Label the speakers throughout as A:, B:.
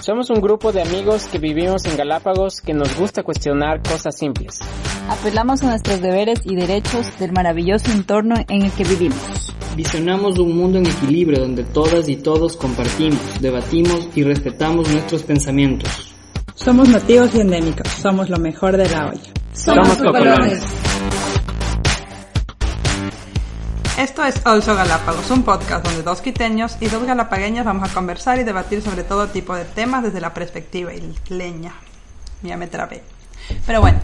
A: Somos un grupo de amigos que vivimos en Galápagos que nos gusta cuestionar cosas simples.
B: Apelamos a nuestros deberes y derechos del maravilloso entorno en el que vivimos.
C: Visionamos un mundo en equilibrio donde todas y todos compartimos, debatimos y respetamos nuestros pensamientos.
D: Somos nativos y endémicos, somos lo mejor de la olla.
E: Somos, cocolones.
F: Esto es Also Galápagos, un podcast donde dos quiteños y dos galapagueños vamos a conversar y debatir sobre todo tipo de temas desde la perspectiva isleña. Ya me trabé. Pero bueno,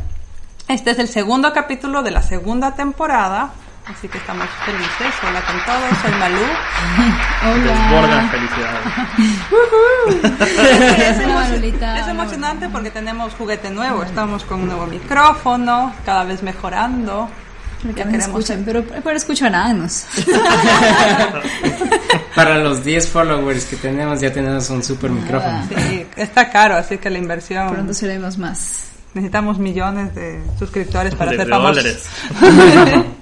F: este es el segundo capítulo de la segunda temporada, así que estamos felices. Hola con todos, soy Malú.
E: Desbordan felicidad.
F: Es,
B: Hola,
F: emoci-
B: Lolita.
F: es emocionante porque tenemos juguete nuevo, estamos con un nuevo micrófono, cada vez mejorando.
B: Que
F: Ya
B: nos
F: queremos
B: escuchen, pero, pero escucharnos.
G: Para los 10 followers que tenemos, ya tenemos un super micrófono.
F: Sí, está caro, así que la inversión.
B: Pronto seremos más.
F: Necesitamos millones de suscriptores para
E: De-
F: ser
E: de
F: famosos.
E: dólares.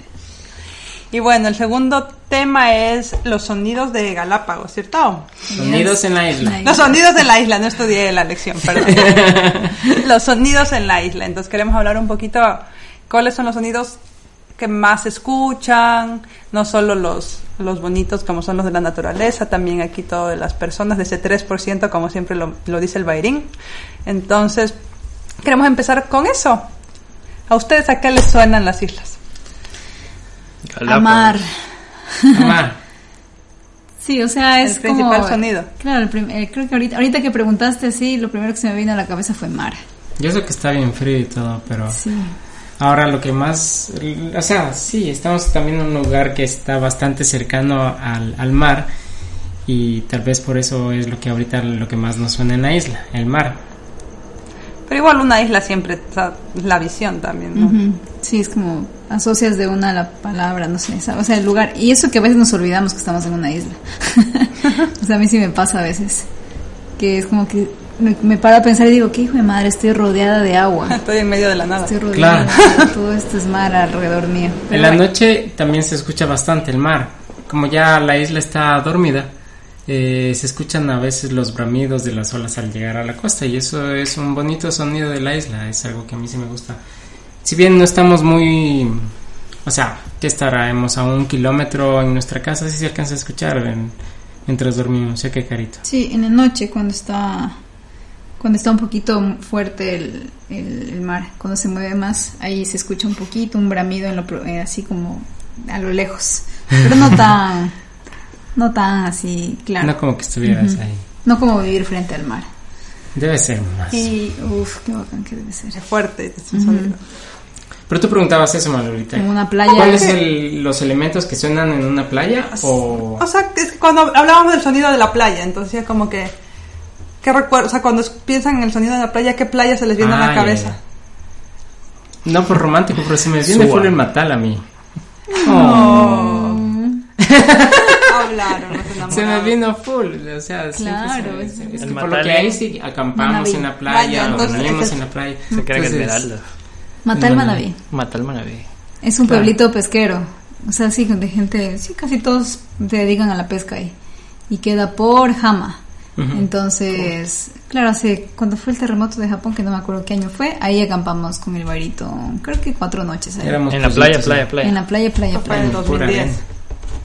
F: y bueno, el segundo tema es los sonidos de Galápagos, ¿cierto?
G: Sonidos en la isla.
F: Los sonidos de la isla, no estudié la lección, perdón. los sonidos en la isla. Entonces queremos hablar un poquito cuáles son los sonidos que más se escuchan, no solo los, los bonitos como son los de la naturaleza, también aquí todo de las personas, de ese 3% como siempre lo, lo dice el Bairín. Entonces, queremos empezar con eso. ¿A ustedes a qué les suenan las islas?
E: Galápagos.
B: Amar.
G: Amar.
B: Sí, o sea, es
F: El
B: como-
F: principal sonido.
B: Claro, el prim- eh, creo que ahorita, ahorita que preguntaste, sí, lo primero que se me vino a la cabeza fue mar.
G: Yo sé que está bien frío y todo, pero
B: Sí.
G: ahora lo que más. O sea, sí, estamos también en un lugar que está bastante cercano al, al mar. Y tal vez por eso es lo que ahorita lo que más nos suena en la isla, el mar.
F: Pero igual una isla siempre está la visión también, ¿no?
B: Ujú. Sí, es como asocias de una a la palabra, no sé, esa- o sea, el lugar. Y eso que a veces nos olvidamos que estamos en una isla. o sea, a mí sí me pasa a veces. Que es como que me, me paro a pensar y digo, qué hijo de madre, estoy rodeada de agua.
F: Estoy en medio de la nada.
B: Estoy rodeada,
G: Claro.
B: de todo esto es mar alrededor mío.
G: En la noche también se escucha bastante el mar. Como ya la isla está dormida, eh, se escuchan a veces los bramidos de las olas al llegar a la costa y eso es un bonito sonido de la isla, es algo que a mí sí me gusta. Si bien no estamos muy... O sea, que estaremos a un kilómetro en nuestra casa, sí se alcanza a escuchar en- mientras dormimos, o sea que carito.
B: Sí, en la noche cuando está cuando está un poquito fuerte el, el- el mar, cuando se mueve más, ahí se escucha un poquito un bramido en lo pro- eh, así como a lo lejos, pero no tan no tan así claro,
G: No
B: no,
G: como que estuvieras ahí.
B: como vivir frente al mar.
G: Debe ser más.
B: Y uff, qué bacán que debe ser.
F: Es fuerte este sonido.
G: Pero tú preguntabas eso, Manolita.
B: Como una playa.
G: ¿Cuáles son los elementos que suenan en una playa? O...
F: O sea, que es cuando hablábamos del sonido de la playa, entonces es como que... ¿Qué recuerdo? O sea, cuando es- piensan en el sonido de la playa, ¿qué playa se les viene a
G: Ah,
F: la
G: ya,
F: cabeza?
G: No por romántico, pero se me viene
E: Suba.
G: full el matal a mí. Oh.
F: Hablaron, nos enamoramos.
G: Mm. Se me vino full, o sea, siempre
B: Claro,
G: se-
B: es-
G: es
E: El
G: que por
E: matal
G: lo que
E: es-
G: ahí sí acampamos
B: Manaví.
G: en la playa,
F: Vaya,
G: o
F: entonces,
G: dormimos
F: ese-
G: en la playa.
E: Se crean
G: Entonces,
E: esmeralda.
B: Matal Manaví.
E: Matal Manaví.
B: Es un pueblito pesquero. O sea, sí, de gente, sí, casi todos se dedican a la pesca ahí. Y queda por Hama. Entonces, claro, hace, cuando fue el terremoto de Japón, que no me acuerdo qué año fue, ahí acampamos con el barito, creo que cuatro noches ahí.
G: éramos
E: En la
G: poquitos,
E: playa,
G: ¿no?
E: playa, playa.
B: En la playa, playa,
F: Fue en
B: playa.
F: el
G: Pura
F: 2010.
G: arena.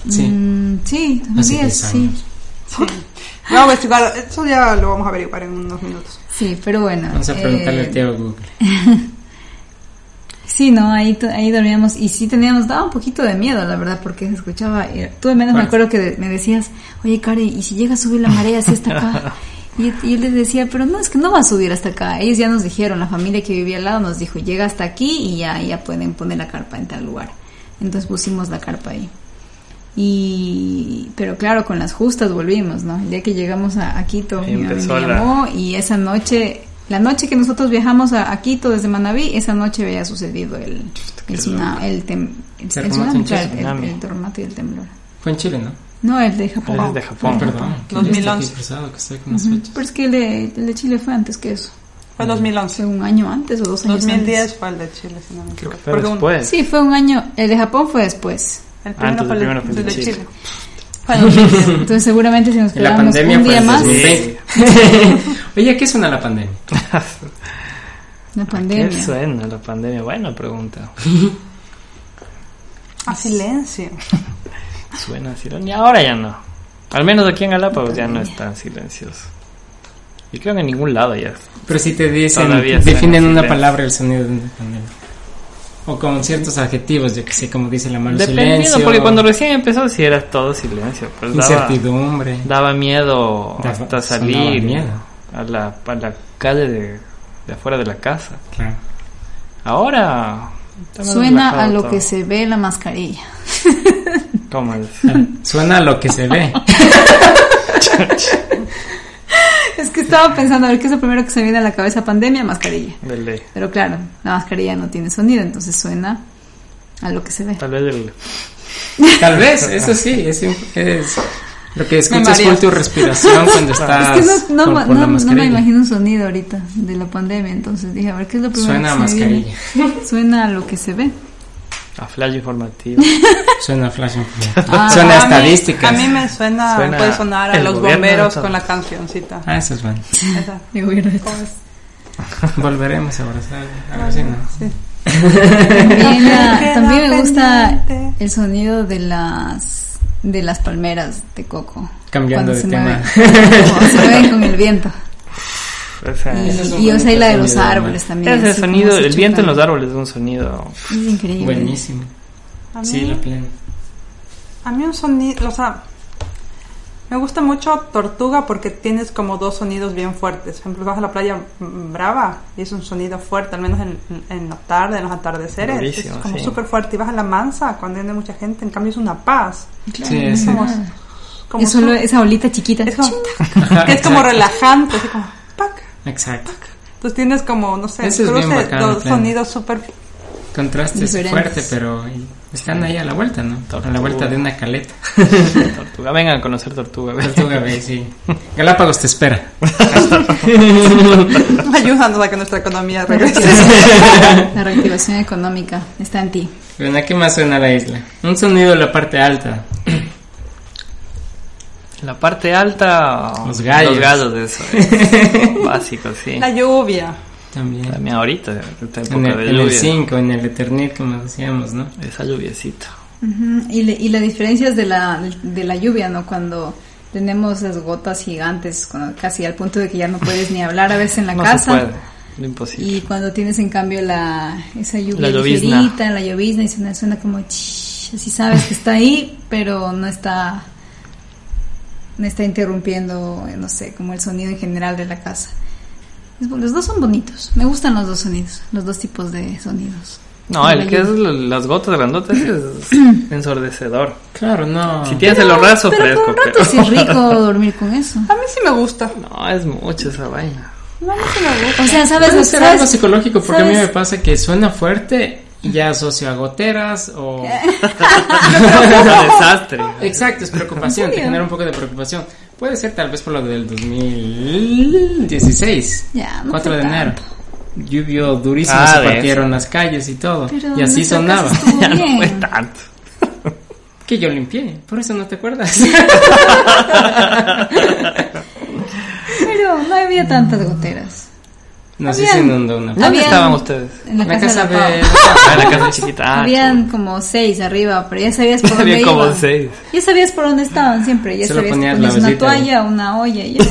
G: Sí,
B: Mm, sí,
G: hace
B: 2010,
G: 10
B: sí.
G: años.
F: Vamos a investigar, pues, eso ya lo vamos a averiguar en unos minutos.
B: Sí, pero bueno.
G: Vamos a
B: eh,
G: preguntarle a Teo Google.
B: Sí, no, ahí, to- ahí dormíamos y sí teníamos, daba un poquito de miedo, la verdad, porque se escuchaba. eh, Tú al menos me
G: Bueno.
B: acuerdo que de- me decías, oye, Karen, ¿y si llega a subir la marea así hasta acá? Y, y yo les decía, pero no, es que no va a subir hasta acá. Ellos ya nos dijeron, la familia que vivía al lado nos dijo, llega hasta aquí y ya, ya pueden poner la carpa en tal lugar. Entonces pusimos la carpa ahí. Y, pero claro, con las justas volvimos, ¿no? El día que llegamos a, a Quito,
E: Ahí
B: mi mamá
E: empezó
B: me
E: la-
B: llamó y esa noche, la noche que nosotros viajamos a, a Quito desde Manaví, esa noche había sucedido el, el, tsuna- el, tem- el- el
G: Terremoto
B: tsunami,
G: en
B: claro, el,
G: Chile.
E: Tsunami.
B: el terremoto y el temblor.
G: Fue en Chile, ¿no?
B: No, el de Japón.
E: Ah, el de Japón.
G: Perdón. que
F: 2011.
G: ya estoy disfrazado, que estoy con las fechas.
B: Pero es que el de, el de Chile fue antes que eso.
F: Fue 2011.
B: Fue un año antes o dos años
F: 2010
B: antes.
F: fue el de Chile, si no me
E: Creo que
F: equivoco.
E: fue
F: Porque un-
E: después.
B: Sí, fue un año. El de Japón fue después.
F: el primero
E: Antes
F: fue
E: del
F: el
E: primero fue
F: el de Chile. para los niños.
B: Entonces seguramente si nos
G: En la
B: quedamos
G: pandemia
B: un
G: fue
B: día
G: el
B: más,
G: 2020. Oye, ¿a qué suena la pandemia?
B: la
E: ¿Qué
B: pandemia.
E: suena la pandemia? Buena pregunta.
F: A Ah, silencio.
E: Suena silencio. Y ahora ya no. Al menos aquí en Galápagos ya no es tan silencioso. Y creo que en ningún lado ya.
G: Pero si te dicen,
E: Todavía suena
G: definen una
E: silencio.
G: palabra el sonido de una pandemia. O con ciertos adjetivos, yo que sé, como dice la mano,
E: Dependiendo,
G: silencio,
E: porque cuando recién empezó sí era todo silencio. Pues daba,
G: incertidumbre.
E: daba miedo
G: Daba- sonaba
E: hasta salir
G: miedo.
E: A, la, a la calle de, de afuera de la casa.
G: Claro.
E: Ahora. está más
B: Suena a
E: relajado
B: lo
E: todo.
B: que se ve la mascarilla.
E: Toma el-
G: Suena a lo que se ve.
B: Es que estaba pensando, a ver, ¿qué es lo primero que se me viene a la cabeza? Pandemia, mascarilla.
E: de ley.
B: Pero claro, la mascarilla no tiene sonido, entonces suena a lo que se ve.
E: Tal vez el.
G: Tal vez, eso sí, es, un- es- lo que escuchas
F: mareas.
G: con tu respiración cuando estás
B: Es que no, no,
G: por- por la
B: no- no
G: mascarilla.
B: me imagino un sonido ahorita de la pandemia, entonces dije, a ver, ¿qué es lo primero
G: Suena a
B: que se me
G: mascarilla,
B: viene? Suena a lo que se ve.
E: A flash informativo.
G: suena a flash information.
B: Ah,
G: suena a
F: mí-
G: estadísticas.
F: A mí me suena,
E: Suena
F: puede sonar a
E: el
F: los
E: gobierno
F: bomberos
E: de todo.
F: con la cancioncita.
G: Ah, eso es bueno.
F: Esa.
B: De gobierno de
F: ¿Cómo es?
G: Volveremos a abrazar. algo así, ¿no?
B: También, la-
F: Queda
B: también me gusta
F: pendiente.
B: el sonido de las de las palmeras de coco.
G: Cambiando
B: Cuando
G: de
B: se
G: tema.
B: mueven. Como se mueven con el viento.
E: Esa-
B: Y,
G: Ese Ah, es un
B: y, o sea, y la de
G: bonito
B: los
G: sonido,
B: árboles también.
E: Ese
B: así como
E: sonido,
B: se
E: el viento
B: chocan.
E: en los árboles es un sonido.
B: Es increíble.
G: Buenísimo.
F: A
G: Sí,
F: mí-
G: la plena.
F: A mí un sonido, o sea, me gusta mucho Tortuga porque tienes como dos sonidos bien fuertes. Por ejemplo, vas a la playa mm, Brava y es un sonido fuerte, al menos en, en la tarde, en los atardeceres.
E: Durísimo,
F: es como
E: sí.
F: súper fuerte. Y vas a la Mansa cuando viene mucha gente, en cambio es una paz.
G: Sí, ese.
F: Como, como
B: Es solo
F: su-
B: esa olita chiquita.
F: es como-
G: Ajá,
F: que es como
G: exacto.
F: relajante, así como pac.
G: Exacto.
F: Entonces tienes como, no sé,
G: Eso es bien
F: cruce,
G: bacán,
F: dos
G: claro.
F: sonidos súper
G: Contraste es
B: Diferentes.
G: fuerte, pero están ahí a la vuelta, ¿no? A la vuelta de una caleta.
E: Tortuga. Vengan a conocer Tortuga.
G: Tortuga Bay, sí. Galápagos te espera.
F: ayudando a que nuestra economía regrese.
B: La reactivación económica está en ti.
G: Bueno, ¿a qué más suena la isla? Un sonido en la parte alta.
E: La parte alta.
G: Los gallos.
E: Los gallos, eso. es básico, sí.
F: La lluvia.
G: También.
E: También ahorita, esta
G: En
E: época
G: el,
E: de
G: en el
E: lluvia.
G: 5, en el Eternit, como decíamos, ¿no?
E: Esa lluviecita.
B: Ujú, Y, le- y la diferencia es de la, de la lluvia, ¿no? Cuando tenemos las gotas gigantes, cuando- casi al punto de que ya no puedes ni hablar a veces en la
E: no
B: casa.
E: se puede. Lo imposible.
B: Y cuando tienes en cambio la, esa lluvia
E: La llovizna.
B: ligerita, la llovizna, y suena, suena como "Ch", así sabes que está ahí, pero no está, no está interrumpiendo, eh, no sé, como el sonido en general de la casa. Es bu- Los dos son bonitos, me gustan los dos sonidos, los dos tipos de sonidos.
E: No,
B: La
E: el que es
B: lluvia.
E: l- las gotas grandotas es ensordecedor.
G: Claro, no.
E: Si tienes el horrazo
B: Pero por
E: fresco,
B: un rato
E: pero-
B: sí es rico dormir con eso.
F: A mí sí me gusta.
E: No, es mucho esa vaina.
F: No, a mí sí me gusta.
B: O sea, sabes,
G: Puede ser algo
B: ¿sabes?
G: psicológico, porque a mí
B: sabes-
G: me pasa que suena fuerte y ya asocio a goteras o...
E: Es un desastre.
G: Exacto, es preocupación, te genera un poco de preocupación. Puede ser tal vez por lo del 2016,
B: Ya, no
G: 4 de
B: fue
G: enero. Llovió durísimo,
E: Ah,
G: se
E: de
G: partieron las calles y todo.
B: Pero
G: y así
B: nuestra
G: sonaba.
B: casa estuvo
E: Ya no
B: bien.
E: fue tanto.
G: Que yo limpié, por eso no te acuerdas.
B: Pero no había tantas goteras.
G: no sé si
B: Habían-
G: inundó una.
E: ¿Dónde
B: Habían-
E: estaban ustedes?
B: En la,
G: La
B: casa, de la Pau.
G: de...
E: Ah, en la casa chiquita. Ah,
B: Habían como seis arriba, pero ya sabías por dónde
E: Había como
B: iban.
E: seis.
B: Ya sabías por dónde estaban siempre. Ya
G: Solo
B: sabías que
G: ponías
B: ponías
G: la
B: una
G: ollita ahí.
B: toalla, una olla. y ya.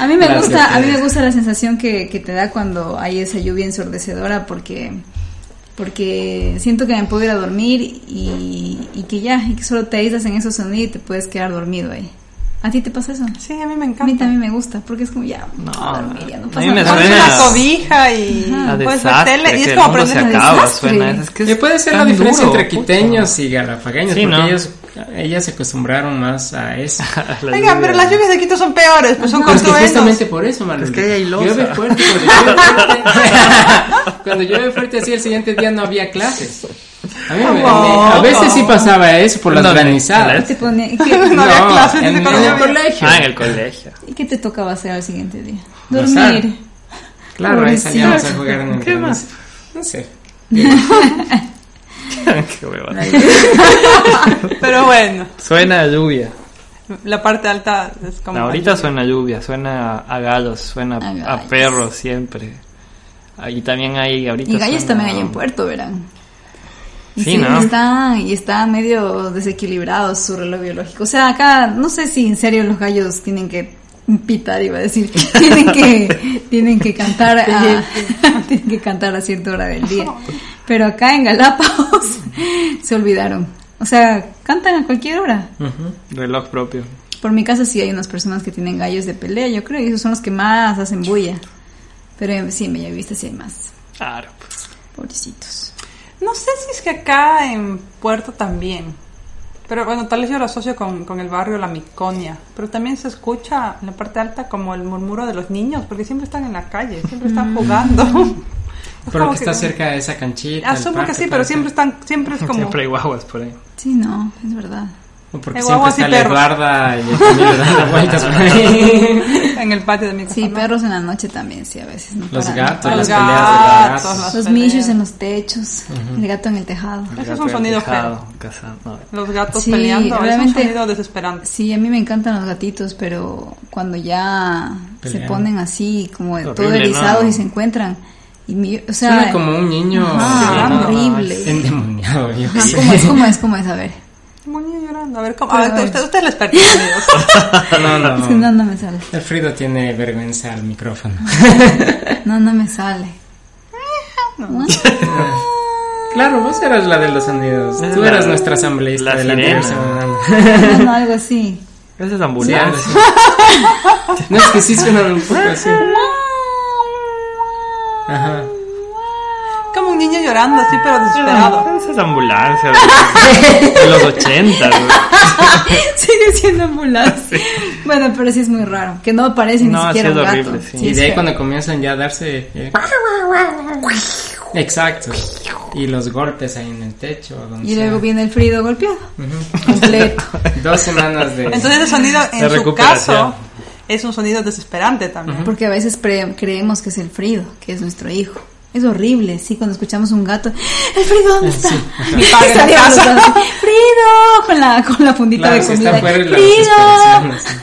B: a mí me
G: Gracias,
B: gusta, a mí me
G: Teresa.
B: gusta la sensación que, que te da cuando hay esa lluvia ensordecedora, porque porque siento que me puedo ir a dormir y, y que ya, y que solo te aíslas en esos sonidos y te puedes quedar dormido ahí. ¿A ti te pasa eso?
F: Sí, a mí me encanta.
B: A mí también me gusta, porque es como ya, no,
E: No,
B: dormir, ya no
E: a mí
B: pasa
E: me
B: nada.
F: Pones
E: suena-
F: una cobija y
E: A
F: puedes ver
E: desastre,
F: Ah, pues, tele y
E: que
F: es
E: el
F: como
E: mundo se
F: aprender.
E: acaba,
B: desastre.
E: suena. Es que es
G: Y Eh, puede ser la
E: tan
G: diferencia
E: duro,
G: entre quiteños y galapagueños,
E: Sí,
G: porque
E: ¿no?
G: ellos, ellas se acostumbraron más a eso.
E: puta. La
F: Oigan,
E: lluvia.
F: pero las lluvias de Quito son peores, pues son
G: Pero es que
F: construendos.
G: justamente por eso, Manuel.
E: Es que ahí hay losa.
G: Llueve fuerte, cuando llueve fuerte. cuando llueve fuerte así, el siguiente día no había clases. A, mí me- me- a veces sí pasaba eso por las
E: ¿Dónde?
B: Y
G: granizadas.
B: te pone- que-
F: No había clases,
G: en,
F: dice,
G: en
F: cuando
G: el
F: llovía.
G: colegio.
E: Ah, en el colegio.
B: ¿Y qué te tocaba hacer al siguiente día?
G: Pasar.
B: Dormir.
G: Claro, ahí
B: Pobrecito.
G: salíamos a jugar en el
E: ¿Qué más?
G: granizo. No sé.
E: Qué huevada.
F: Pero bueno,
E: Suena a lluvia.
F: la parte alta es como...
E: Ahorita suena a lluvia, suena a gallos, suena
B: A
E: a,
B: gallos.
E: perros siempre. Y también hay ahorita.
B: Y gallos
E: suena-
B: también hay en Puerto, verán. Y
E: Sí,
B: sí,
E: ¿no?
B: está, y está medio desequilibrado su reloj biológico. O sea, acá no sé si en serio los gallos tienen que pitar, iba a decir, tienen que, tienen que cantar a, tienen que cantar a cierta hora del día. Pero acá en Galápagos se olvidaron. O sea, cantan a cualquier hora.
E: Ujú, Reloj propio.
B: Por mi casa sí hay unas personas que tienen gallos de pelea, yo creo, y esos son los que más hacen bulla. Pero eh, sí, en Bellavista sí hay más.
E: Claro. pues.
B: Pobrecitos.
F: No sé si es que acá en Puerto también. Pero bueno, tal vez yo lo asocio con, con el barrio La Miconia. Pero también se escucha en la parte alta como el murmuro de los niños, porque siempre están en la calle, siempre están
G: Mm.
F: jugando. Es
G: Por lo
F: como
G: que está cerca de esa canchita. el
F: Asumo Ah, que
G: parque,
F: sí,
G: todo
F: pero
G: eso.
F: siempre están, siempre es como...
E: Siempre hay guaguas por ahí.
B: Sí, no, es verdad.
G: O Porque
F: Hay
G: siempre
F: guaguas y
G: está la
F: perros.
G: Eduarda y el Camilo dando vueltas por ahí.
F: en el patio de mi casa.
B: Sí,
F: ¿no?
B: perros en la noche también, sí, a veces. No
G: Los
B: paran.
G: gatos,
F: Los
G: las peleas de los
F: gatos,
G: gatos.
F: las-
B: Los
F: pelean.
B: millos en los techos, el gato en el tejado.
F: Ese es
E: Gato
F: un
E: en
F: sonido
E: tejado, casa- no.
F: Los gatos
B: Sí,
F: peleando,
B: realmente-
F: es un sonido desesperante.
B: Sí, a mí me encantan los gatitos, pero cuando ya
G: Pelean.
B: se ponen así, como
E: Horrible,
B: todo erizados
E: ¿no?
B: y se encuentran. Y mi- o sea,
G: Suena como un niño
B: Ajá, ah,
E: Sí, no,
B: horrible.
G: endemoniado, yo qué
B: Ajá,
G: sé.
B: ¿Cómo es? ¿Cómo es? ¿Cómo es? A ver.
F: Como un niño llorando. A ver, ¿cómo? A ver,
B: Pero-
F: usted, usted es la experta, amigos.
G: No, no,
B: Es que no, no me sale.
G: Alfredo tiene vergüenza al micrófono.
B: No, no me sale.
G: Claro, vos eras la de los sonidos.
E: Es
G: Tú
E: la-
G: eras nuestra asambleísta
E: la
G: de la anterior
E: sirena.
G: semana.
B: No, no, algo así.
E: Ese es
G: Sí, algo
E: ambulante.
G: así. No, es que sí suenan un poco así. Ajá.
F: Como un niño llorando, así, pero desesperado.
E: Esa es ambulancia de, de los 80. güey.
B: Sigue siendo ambulancia. Bueno, pero sí es muy raro. Que no parece ni
E: No, sí
B: siquiera
E: es
B: un gato.
E: horrible, sí.
G: Y
B: es
G: de ahí
B: feo.
G: cuando comienzan ya a darse... eh, Exacto. Y los golpes ahí en el techo. donde
B: Y luego
G: sea.
B: viene el frido golpeado. Completo.
G: Dos semanas de...
F: Entonces el sonido,
E: La
F: en su
E: recuperación.
F: caso, es un sonido desesperante también.
B: Porque a veces pre- creemos que es el frido, que es nuestro hijo. Es horrible, sí, cuando escuchamos un gato, el frido, ¿dónde está?
F: Mi padre en la
B: Salían los
F: casa.
B: dos así, frido, con la, con la fundita
G: Claro,
B: de
G: si está
B: comida.
G: fuera de la
B: frido.
G: desesperación, sí.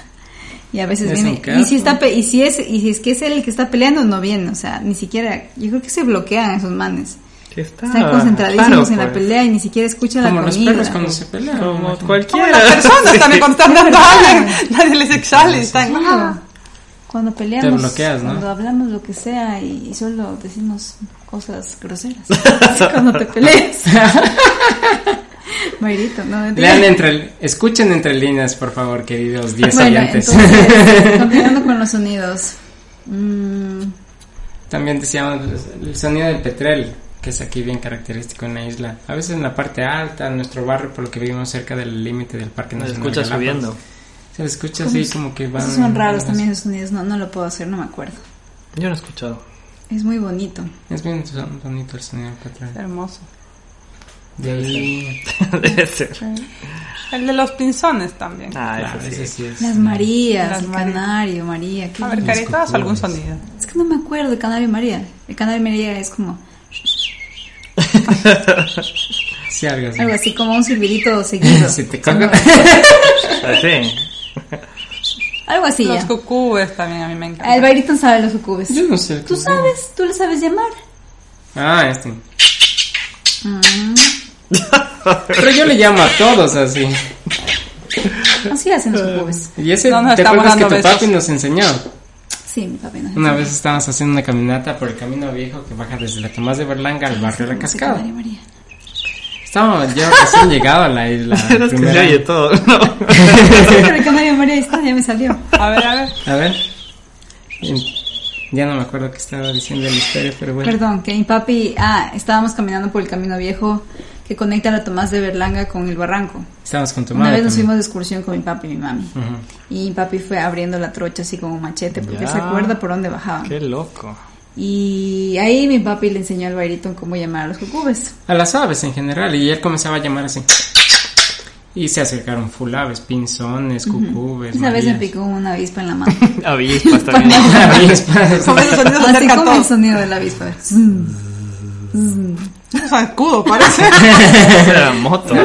B: Y a veces
G: Es un
B: viene,
G: gato.
B: y si, está, pe- y, si es, y si es que es el que está peleando, no viene, o sea, ni siquiera, yo creo que se bloquean esos manes.
E: Que está-
B: Están concentradísimos
E: claro,
B: en la
E: pues.
B: pelea y ni siquiera escuchan
G: Ah, Como
B: la
G: los
B: comida.
G: perros cuando se pelean. me
E: Como
G: imagino.
E: cualquiera.
F: Las personas
E: Sí.
F: también cuando están dando a alguien, nadie les exhale, están...
B: Claro. Cuando peleamos,
G: Te bloqueas, ¿no?
B: cuando hablamos lo que sea y, y solo decimos cosas groseras. cuando te peleas. Mayrito, no mentira.
G: Lean entre... Escuchen entre líneas, por favor, queridos 10
B: Bueno,
G: oyentes.
B: entonces, continuando con los sonidos. Mm,
G: También decíamos pues, el sonido del petrel, que es aquí bien característico en la isla. A veces en la parte alta, en nuestro barrio, por lo que vivimos cerca del límite del Parque
E: Nos
G: Nacional.
E: escucha
G: Galápagos,
E: subiendo.
G: Se le escucha así como que van...
B: esos son raros también los sonidos, no, no lo puedo hacer, no me acuerdo.
E: Yo no he escuchado.
B: Es muy bonito.
G: Es bien son- bonito el sonido del petrel.
F: "Ah, Hermoso.
G: De ahí...
E: Debe ser.
F: El de los pinzones también.
E: Ah,
G: claro,
E: ese sí.
G: ese sí es.
B: Las Marías,
F: Las
B: el
F: Marías.
B: Canario, María. qué
F: A ver,
B: lindo.
F: Caritas, algún sonido.
B: es que no me acuerdo el Canario y María. El Canario y María es como
G: Sí, algo así.
B: algo así como un silbidito seguido.
G: Si te cojo...
E: Así.
B: Algo así
F: Los
B: ya.
F: cucúes también a mí me
B: El
F: encantan.
B: Bairiton sabe los sucubes.
G: Yo no sé.
B: Tú
G: cómo-
B: sabes, tú le sabes llamar.
G: Ah, este.
B: Ah.
G: Pero yo le llamo a todos así.
B: Así hacen los sucubes.
G: Y ese,
F: No nos
G: ¿te
F: estamos
G: acuerdas que tu
F: dando besos.
G: papi nos enseñó?
B: Sí, mi papi no.
G: Una vez estábamos haciendo una caminata por el camino viejo que baja desde la Tomás de Berlanga al barrio La Cascada.
B: María, María.
G: Estábamos yo recién llegado a la isla.
E: Pero es que se
G: primera.
E: oye todo. ¿no?
B: Pero el Canario María ahí está, ya me salió.
F: A ver, a ver.
G: A ver. Ya no me acuerdo que estaba diciendo la historia, pero bueno.
B: Perdón, que mi papi. Ah, estábamos caminando por el camino viejo que conecta la Tomás de Berlanga con el barranco.
G: Estábamos con tu
B: Una
G: madre.
B: vez nos
G: también.
B: fuimos de excursión con mi papi y mi mami. Y mi papi fue abriendo la trocha así con un machete porque él se
E: Ya.
B: acuerda por dónde bajaban.
E: Qué loco.
B: Y ahí mi papi le enseñó al Bairiton cómo llamar a los cucubes.
G: A las aves en general. Y él comenzaba a llamar así. Y se acercaron full aves, pinzones,
E: Pues
G: cucubes.
B: Esa vez me
G: marías.
B: picó una avispa en la mano.
E: Ah, Avispas también.
G: Avispas.
F: Con esos sonidos
B: Así
F: acerca a
B: como el
F: todos.
B: sonido de la avispa. Mm,
F: Es un zancudo, parece.
E: Era moto.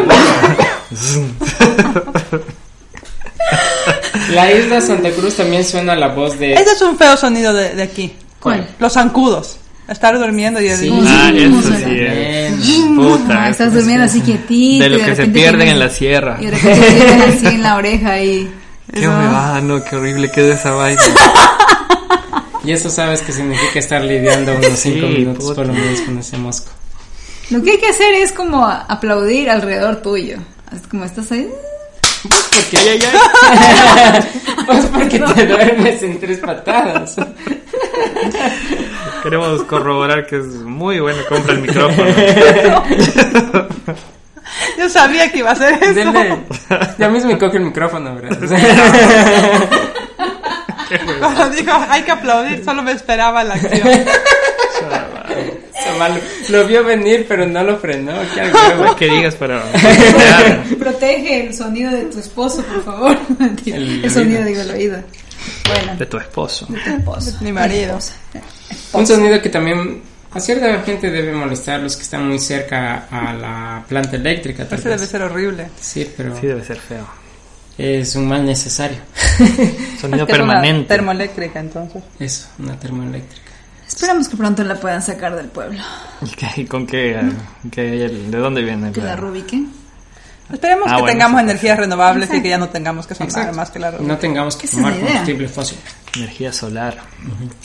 G: La isla Santa Cruz también suena la voz de...
F: Ese es un feo sonido de, de aquí.
B: ¿Cuál?
F: Los zancudos. Estar durmiendo y
G: Sí,
E: Ah,
B: no
E: eso
B: sé.
E: sí es.
B: Mm,
E: Puta.
B: ajá,
E: eso
B: estás
E: es-
B: durmiendo así quietito. y
E: De lo que se
B: repente
E: pierden
B: tienes-
E: en la sierra.
B: Y de repente te llegan así en la oreja y...
E: Qué huevada, no, qué horrible quedó esa vaina.
G: Y eso sabes que significa estar lidiando unos
E: Sí,
G: 5 minutos
E: puta.
G: por lo menos con ese mosco.
B: Lo que hay que hacer es como aplaudir alrededor tuyo. Así como estás ahí...
G: Porque ya, Pues porque te duermes en tres patadas.
E: Queremos corroborar que es muy bueno. Compra el micrófono.
F: Yo sabía que iba a ser eso.
G: Denle. Ya mismo y coge el micrófono, ¿verdad? O sea,
E: pues.
F: Cuando dijo, hay que aplaudir, solo me esperaba la acción.
G: esa mal- lo vio venir, pero no lo frenó. qué al huevo.
E: que digas para.
B: Protege el sonido de tu esposo, por favor. Mentira,
G: El
B: El, sonido,
G: oído.
B: digo, el oído. Bueno,
E: De tu esposo.
B: tu esposo.
F: Mi marido.
G: Un sonido que también a cierta gente debe molestar los que están muy cerca a la planta eléctrica. Tal
F: Ese debe
E: pues.
G: vez.
F: ser horrible.
G: Sí, pero
E: Sí, debe ser feo.
G: es un mal necesario.
F: Tengo
E: Sonido
F: una
E: permanente.
F: Termoeléctrica, entonces.
G: Eso, una termoeléctrica.
B: Esperamos que pronto la puedan sacar del pueblo.
E: ¿Y qué- y con qué? eh, qué- el- ¿De dónde viene?
B: Que la rubiquen.
F: Esperemos
E: Ah,
F: que
E: bueno,
F: tengamos
E: sí,
F: energías renovables y que ya no tengamos que sonar más que la
G: No tengamos que
B: Esa es
G: tomar
B: la idea.
G: combustible fósil.
E: Energía solar.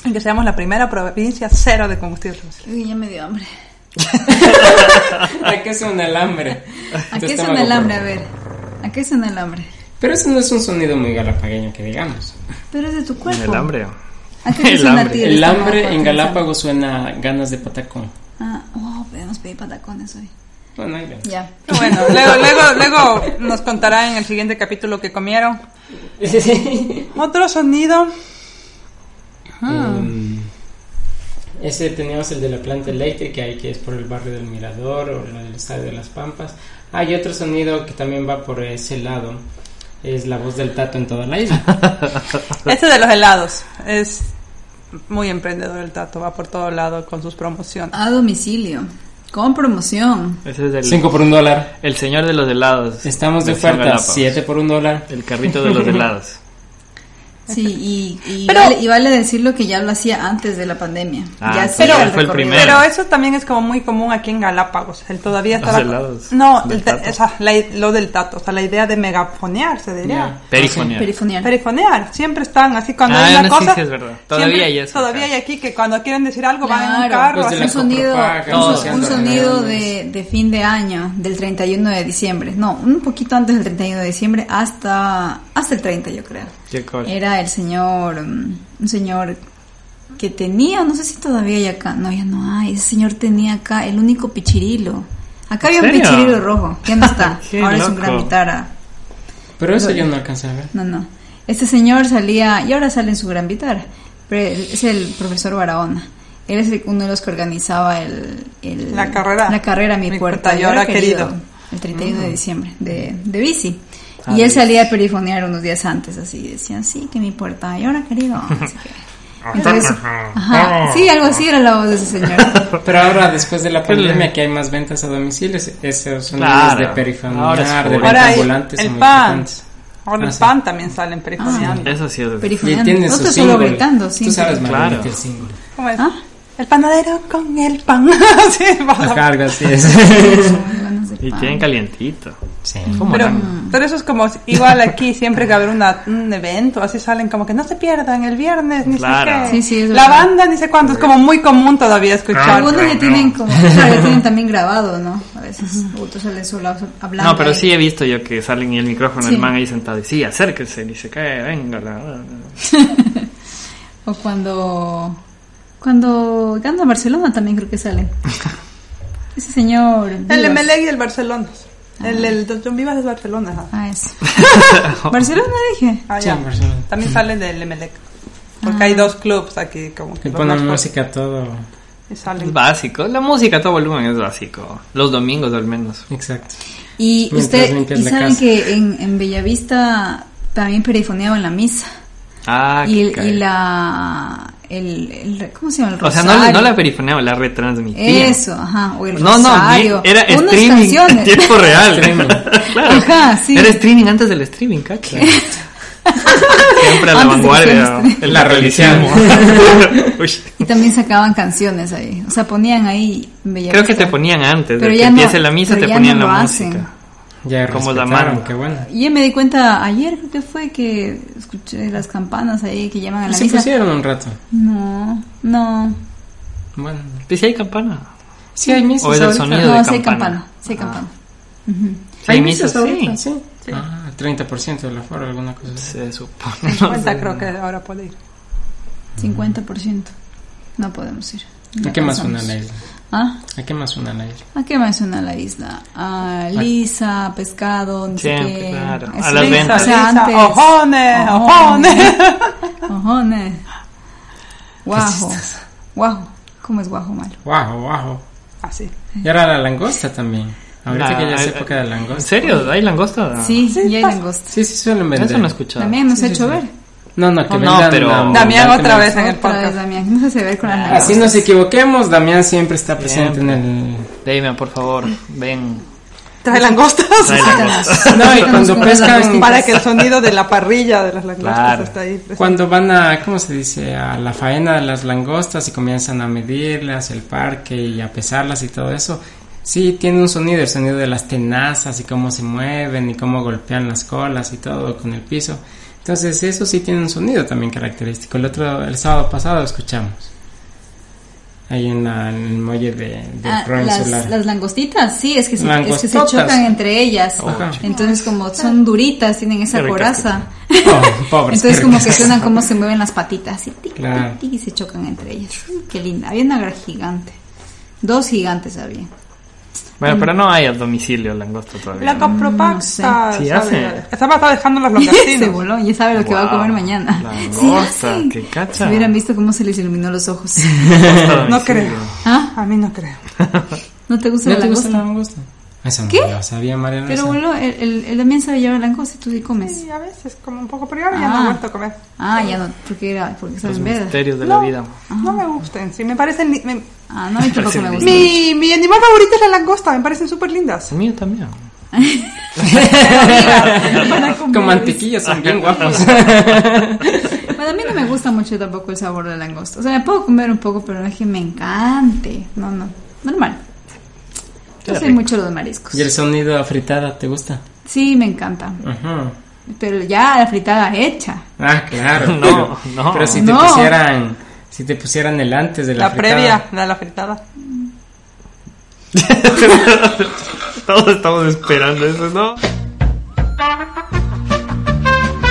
F: Y que seamos la primera provincia cero de combustible fósil.
B: Uy, ya me dio hambre.
G: ¿A qué es un alambre?
B: ¿A
G: Tu
B: qué
G: estómago
B: suena el hambre? A
G: por-
B: ver. ¿A qué suena el hambre?
G: Pero eso no es un sonido muy galapagueño que digamos.
B: Pero es de tu cuerpo.
E: El hambre.
B: ¿A qué te
E: El
B: suena a
E: hambre.
B: ti
G: El
B: estómago
G: hambre
B: cuando
G: en
B: tienes hambre?
G: Galápagos suena ganas de patacón.
B: Ah, oh, podemos pedir patacones hoy.
G: Bueno, ahí va.
B: Ya.
F: Pero Bueno, luego, luego, luego nos contará en el siguiente capítulo que comieron. Otro sonido.
G: Em, ese teníamos el de la planta eléctrica, ahí que es por el barrio del Mirador o la del Estadio de las Pampas. Hay otro sonido que también va por ese lado. Es la voz del tato en toda la isla.
F: Este de los helados. Es muy emprendedor el tato. Va por todo lado con sus
E: Ah,
F: promociones.
B: A domicilio. Con promoción.
E: Ese es el,
G: 5 por un dólar.
E: el señor de los helados.
G: Estamos de
E: Versión
G: oferta.
E: Galápagos.
G: 7 por un dólar.
E: El carrito de los helados.
B: Sí, y, y,
F: Pero-
B: vale, y vale decirlo que ya lo hacía antes de la pandemia.
E: Ah,
B: ya
E: sí,
B: hacía
E: él
B: el
E: fue el
B: recorrido.
E: primero.
F: Pero eso también es como muy común aquí en Galápagos. Él todavía
E: Los
F: estaba.
E: helados
F: No,
E: del
F: el te-
E: tato.
F: esa- la i- lo del tato. O sea, la idea de megafonear, se diría.
E: Perifonía.
B: Perifonear.
F: Perifonear. Siempre están así cuando
E: Ah,
F: hay una
E: no, sí,
F: cosa.
E: sí, es verdad. Todavía
F: siempre-
E: hay eso
F: Todavía
E: acá.
F: hay aquí que cuando quieren decir algo van en un
B: Claro,
F: carro.
G: pues de
F: así.
B: un
G: la
B: sonido,
G: copropaga,
E: todo.
B: un, so- un sonido de, de fin de año, del 31 de diciembre. No, un poquito antes del 31 de diciembre hasta, hasta el 30, yo creo.
E: Qué cool.
B: Era el señor, mm, un señor que tenía, no sé si todavía hay acá, no, ya no hay, ese señor tenía acá el único pichirilo. Acá había un
E: serio?
B: pichirilo rojo, ya no está,
E: Qué
B: ahora es un
E: loco.
B: gran vitara.
G: Pero eso yo no alcancé a ver.
B: No, no. Este señor salía, y ahora sale en su gran guitarra, pero él- es el profesor Barahona. Él es el- uno de los que organizaba el, el-
F: La carrera.
B: La carrera, mi, puerta. yo era querido. El 31 de diciembre, de, de bici.
G: Ah,
B: y él salía a perifonear unos días antes, así. Decían, sí, que mi puerta, yo ahora querido. Así que-
G: Ah,
B: Entonces, ajá, sí, algo así era la voz de ese señor.
G: Pero ahora, después de la
E: Qué
G: pandemia,
E: lindo.
G: que hay más ventas a domicilio, ese- esos sonidos
E: Pues, Claro.
G: de perifonear,
E: Ahora es
G: de
E: cool.
G: ventas
F: Ahora hay
G: ambulantes
F: el
G: son muy
F: pan.
G: importantes.
F: Ahora
G: Ah,
F: el
G: sí.
F: pan también sale en perifoneando.
E: Eso sí es de
G: Y
B: Perifoneando.
G: tiene su
B: No te solo
G: single.
B: gritando, sí.
G: Tú sabes, Margarita,
E: Claro.
G: el single.
F: ¿Cómo es?
B: Ah.
F: El panadero con el pan. sí, pasa.
G: Ajá, algo así es.
B: Ay, ganas de
E: Y
B: pan.
E: tienen calientito.
G: Sí.
F: Pero, pero eso es como si- igual aquí, siempre que haber una- un evento, así salen como que no se pierdan el viernes, ni
E: Claro.
F: sé qué.
B: Sí, sí, es
F: la
B: verdad.
F: banda, ni sé cuánto, es como muy común todavía escuchar.
B: Algunos ya tienen como, claro, ya tienen también grabado, ¿no? A veces otros salen solo hablando.
E: No, pero
B: ahí.
E: sí he visto yo que salen y el micrófono,
B: Sí.
E: el man ahí sentado. Y sí, acérquense, y se cae, venga. la-
B: O cuando cuando gana Barcelona también creo que salen. Ese señor.
F: El
B: Vivas.
F: Emelec y el Barcelona. El, el Don Vivas es Barcelona. ajá.
B: Ah, eso. Barcelona dije.
F: Ah,
G: Sí,
F: ya.
G: en Barcelona.
F: También salen del Emelec. Porque
B: Ah.
F: hay dos clubs aquí, como que
G: Y
F: los
G: ponen
F: más fuertes.
G: música a todo.
F: Y salen.
E: Es básico. La música a todo volumen es básico. Los domingos al menos.
G: Exacto.
B: Y
G: Mientras
B: usted
G: limpias
B: y
G: la
B: saben
G: casa.
B: que en, en Bellavista también perifoneaban la misa.
E: Ah,
B: y,
E: qué
B: y
E: cae.
B: la el, el- ¿cómo se llama? El
E: O sea,
B: rosario.
E: no, no la perifoneaba, la retransmitía.
B: Eso, ajá, o el
E: No, no,
B: rosario.
E: era
B: unas
E: streaming en
B: canciones.
E: tiempo real.
G: Streaming.
E: Claro.
B: Ajá, sí.
E: Era streaming antes del streaming, cacha. Siempre a la
B: Antes de que
E: vanguardia,
B: fuera
E: el catolicismo. Uy,
B: Y también sacaban canciones ahí. O sea, ponían ahí Bella
E: creo que
B: Vista.
E: te ponían antes
B: Pero
E: de que
B: ya no-
E: empiece la misa,
B: pero
E: te
B: ya
E: ponían
B: no
E: la
B: lo
E: música.
B: hacen.
G: Ya
E: Como
G: respetaron,
E: llamaron.
G: qué bueno.
B: Y ya me di cuenta ayer, creo que fue que escuché las campanas ahí que llaman a la
G: Se
B: misa.
G: pusieron un rato.
B: No, no.
G: Bueno.
E: Dice, hay campana.
G: Sí, hay misas
E: O era el
G: ahorita.
E: sonido.
B: No,
E: de
B: sí hay
E: campana.
B: campana.
E: Ah.
B: Sí hay campana.
E: Sí,
G: Hay
E: hay
G: misas
E: misas,
G: ahorita,
E: sí.
G: sí. Ah, 30% del aforo, alguna cosa así.
E: Se supone. no sé.
F: 50 creo que ahora puede ir.
B: 50%. No podemos ir.
G: ¿A
B: Ya
G: qué más
B: pasamos.
G: suena la isla?
B: ¿Ah?
G: ¿A qué más suena la isla?
B: ¿A qué más suena la isla? A lisa, pescado, no sé
E: Siempre,
B: qué.
E: claro.
B: Es
E: A las
G: Pues
B: lisa,
E: ventas.
B: O sea,
F: Lisa,
B: antes.
F: ojones, ojones.
B: Ojones. Guajo. Guajo. ¿Cómo es guajo
E: Ah.
B: malo?
G: Guajo, guajo.
F: Así.
G: Y ahora la langosta también. Ahorita
E: La-
G: que ya es
E: eh,
G: época de
E: ¿En
G: langosta.
E: serio? ¿Hay langosta?
B: Sí,
F: Sí,
B: y hay
F: pasa.
B: langosta.
G: Sí, sí suelen vender.
E: Eso no he escuchado.
B: También nos
G: Sí,
B: ha
G: sí,
B: hecho
G: sí.
B: ver.
G: No, no, que
E: No, no,
G: vendan
E: pero-
G: abundante
F: Damián otra
G: la-
F: vez en el
B: Otra vez,
F: podcast.
B: Damián. No se ve con las langostas.
G: Ah, Así nos equivoquemos, Damián siempre está presente
E: Siempre.
G: en el...
E: Damian, por favor, ven.
F: Trae langostas.
E: Trae langosta.
G: No, y cuando pescan...
F: Para que el sonido de la parrilla de las langostas
E: Claro.
F: está ahí. presente.
G: Cuando van a, ¿cómo se dice? A la faena de las langostas y comienzan a medirlas, el parque y a pesarlas y todo eso. Sí, tiene un sonido, el sonido de las tenazas y cómo se mueven y cómo golpean las colas y todo con el piso. Entonces eso sí tiene un sonido también característico. El otro, el sábado pasado escuchamos. Ahí en, la- en el muelle de, de
B: Ah,
G: Provenzuela.
B: las, las langostitas, sí, es que, se, es que se
G: Langostotas.
B: chocan entre ellas.
G: Ajá.
B: Entonces, como son duritas, tienen esa
E: Qué ricas
B: coraza.
G: Oh, pobres,
B: Entonces,
G: qué
B: como
G: ricas.
B: que suenan como se mueven las patitas así, tic,
G: Claro.
B: tic, tic, y se chocan entre ellas. Uy, Qué linda. Había una gran gigante. Dos gigantes había.
E: Bueno, pero no hay a domicilio langosta todavía.
F: La copropax
B: Mm, No sé.
F: está,
E: Sí,
F: sabe,
E: hace.
F: está, está dejando los
B: se
F: locatinos.
B: voló, ya sabe lo que va a
E: Guau,
B: comer mañana.
E: langosta,
B: hacen.
E: qué cacha.
B: Si hubieran visto cómo se les iluminó los ojos.
E: Langosta a
F: No
E: domicilio.
F: creo.
B: ¿Ah?
F: A mí no creo.
B: ¿No te gusta
G: ¿No
B: la
G: te gusta
B: langosta?
G: la langosta? Eso no
B: ¿Qué?
G: lo sabía, Mariana.
B: Pero
G: eso.
B: voló, el, el, el Damián sabe llevar langosta y tú sí comes.
F: Sí, a veces como un poco, pero ahora ya no
B: Ah.
F: he vuelto a comer.
B: Ah, ya no, porque era, porque
E: Los
B: saben verda.
E: misterios de la
F: No,
E: vida.
F: no me gustan. Sí, me parecen. li- me-
B: Ah, no, a mí tampoco me gusta.
F: mi, mi animal favorito es la langosta. Me parecen súper lindas.
E: El mío también.
G: Con mantequilla son bien guapos.
B: Bueno, a mí no me gusta mucho tampoco el sabor de langosta. O sea, me puedo comer un poco, pero no es que me encante. No, no, normal. Yo
E: Qué
B: soy
E: rico.
B: mucho de los mariscos.
G: ¿Y el sonido a fritada te gusta?
B: Sí, me encanta.
G: Ajá.
B: Pero ya la fritada hecha.
G: Ah, claro.
E: No,
G: pero,
E: no.
G: Pero si te
B: No.
G: pusieran, si te pusieran el antes de la,
F: La,
G: fritada.
F: previa, la, la fritada.
E: Todos estamos esperando eso, ¿no?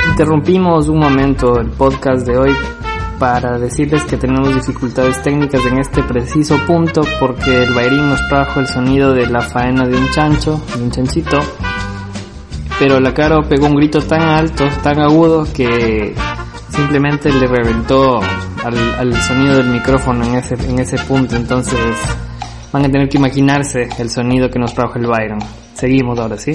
C: Interrumpimos un momento el podcast de hoy para decirles que tenemos dificultades técnicas en este preciso punto porque el bairín nos trajo el sonido de la faena de un chancho, de un chanchito, pero la Caro pegó un grito tan alto, tan agudo que simplemente le reventó al, al sonido del micrófono en ese, en ese punto, entonces van a tener que imaginarse el sonido que nos trajo el Byron. Seguimos ahora, ¿sí?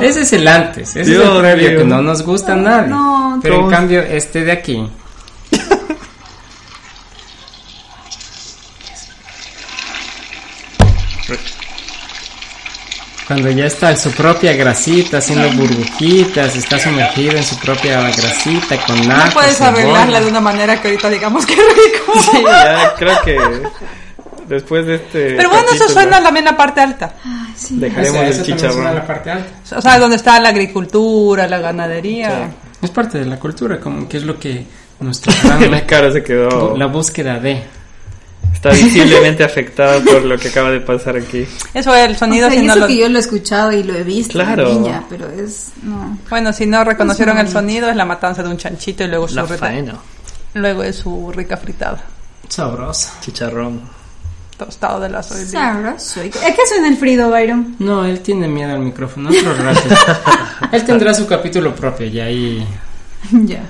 G: Ese es el antes, ese es
E: Dios
G: el previo
E: mío.
G: que no nos gusta a nadie.
B: no,
G: pero en
E: todos-
G: cambio este de aquí. Cuando ya está en su propia grasita, haciendo burbujitas, está sumergido en su propia grasita con
F: No
E: Ah,
G: ajo,
F: puedes
G: cebolla.
F: arreglarla de una manera que ahorita digamos que rico.
E: pues Sí, ya Ah, creo que después de este.
F: Pero bueno, eso
E: capítulo,
F: suena también la parte alta.
G: O
E: Dejaremos
G: sea,
E: el
G: eso también es una
E: chicharrón.
G: la parte alta.
F: O sea, donde está la agricultura, la ganadería.
G: Es parte de la cultura, como que es lo que nuestro plan,
E: La cara se quedó.
G: la búsqueda de.
E: Está visiblemente afectada por lo que acaba de pasar aquí.
F: Eso es el sonido.
B: o sea,
F: si
B: y
F: no
B: eso
F: lo-
B: que yo lo he escuchado y lo he visto
E: Claro.
B: de niña, pero es... No.
F: Bueno, si no reconocieron el sonido, es la matanza de un chanchito y luego su,
E: La
F: reta-
E: faena.
F: luego es su rica fritada.
G: Sabroso.
E: Chicharrón.
F: Tostado de las hoy día.
B: Sabroso. ¿A qué suena el frido, Byron?
G: No, él tiene miedo al micrófono, otro rato. él tendrá su capítulo propio y ahí...
B: ya.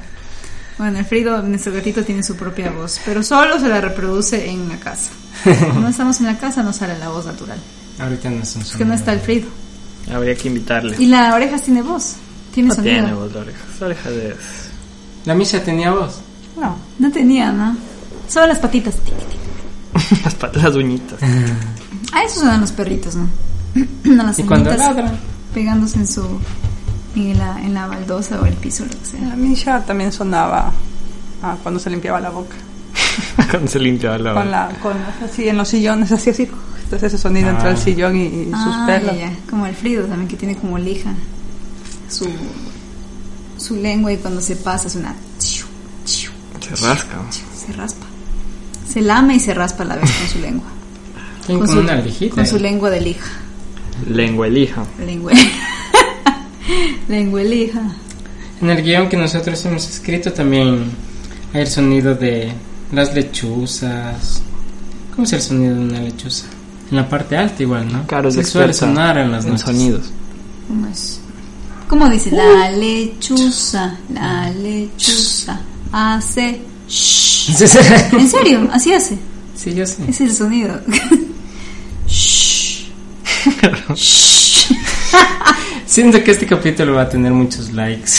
B: Bueno, el frido, nuestro gatito tiene su propia voz, pero solo se la reproduce en la casa. Cuando no estamos en la casa, no sale la voz natural.
G: Ahorita no es un
B: Es que no está el frido.
E: Habría que invitarle.
B: Y la orejas tiene voz. Tiene
E: No
B: sonido.
E: tiene voz la oreja. La oreja de.
G: La Misha tenía voz.
F: No.
B: No tenía, ¿no? Solo las patitas. Tic, tic.
E: Las, pat- las uñitas.
B: Ah, esos eran los perritos, ¿no? No las
G: Y cuando
B: uñitas
G: ladran.
B: pegándose en su en la, en la baldosa o el piso, lo que sea.
F: La Misha también sonaba ah, cuando se limpiaba la boca.
E: Cuando se limpiaba la
F: Con
E: boca.
F: la, con las- así en los sillones, así, así. Entonces ese sonido entre el sillón y, y sus
B: Ah,
F: pelos.
B: ya, ya. como el Frido también que tiene como lija su su lengua y cuando se pasa es una chiu, chiu,
E: Se rasca.
B: chiu, se raspa. Se lame y se raspa a la vez con su lengua.
G: Tiene
B: Con
G: como
B: su-
G: una lijita. ¿eh?
B: Con su lengua de lija.
E: Lengua elija.
B: Lengua. lengua de lija.
G: En el guión que nosotros hemos escrito también hay el sonido de las lechuzas. ¿Cómo es el sonido de una lechuza? En la parte alta igual, ¿no?
E: Claro, es
G: Se suele
E: experta
G: sonar en las
E: en
G: noches.
E: sonidos.
B: ¿Cómo es? ¿Cómo dice? La lechuza, la lechuza hace shh. ¿En serio? Así hace.
G: sí, yo sé.
B: Ese es el sonido. Shh. Shh.
G: Siento que este capítulo va a tener muchos likes.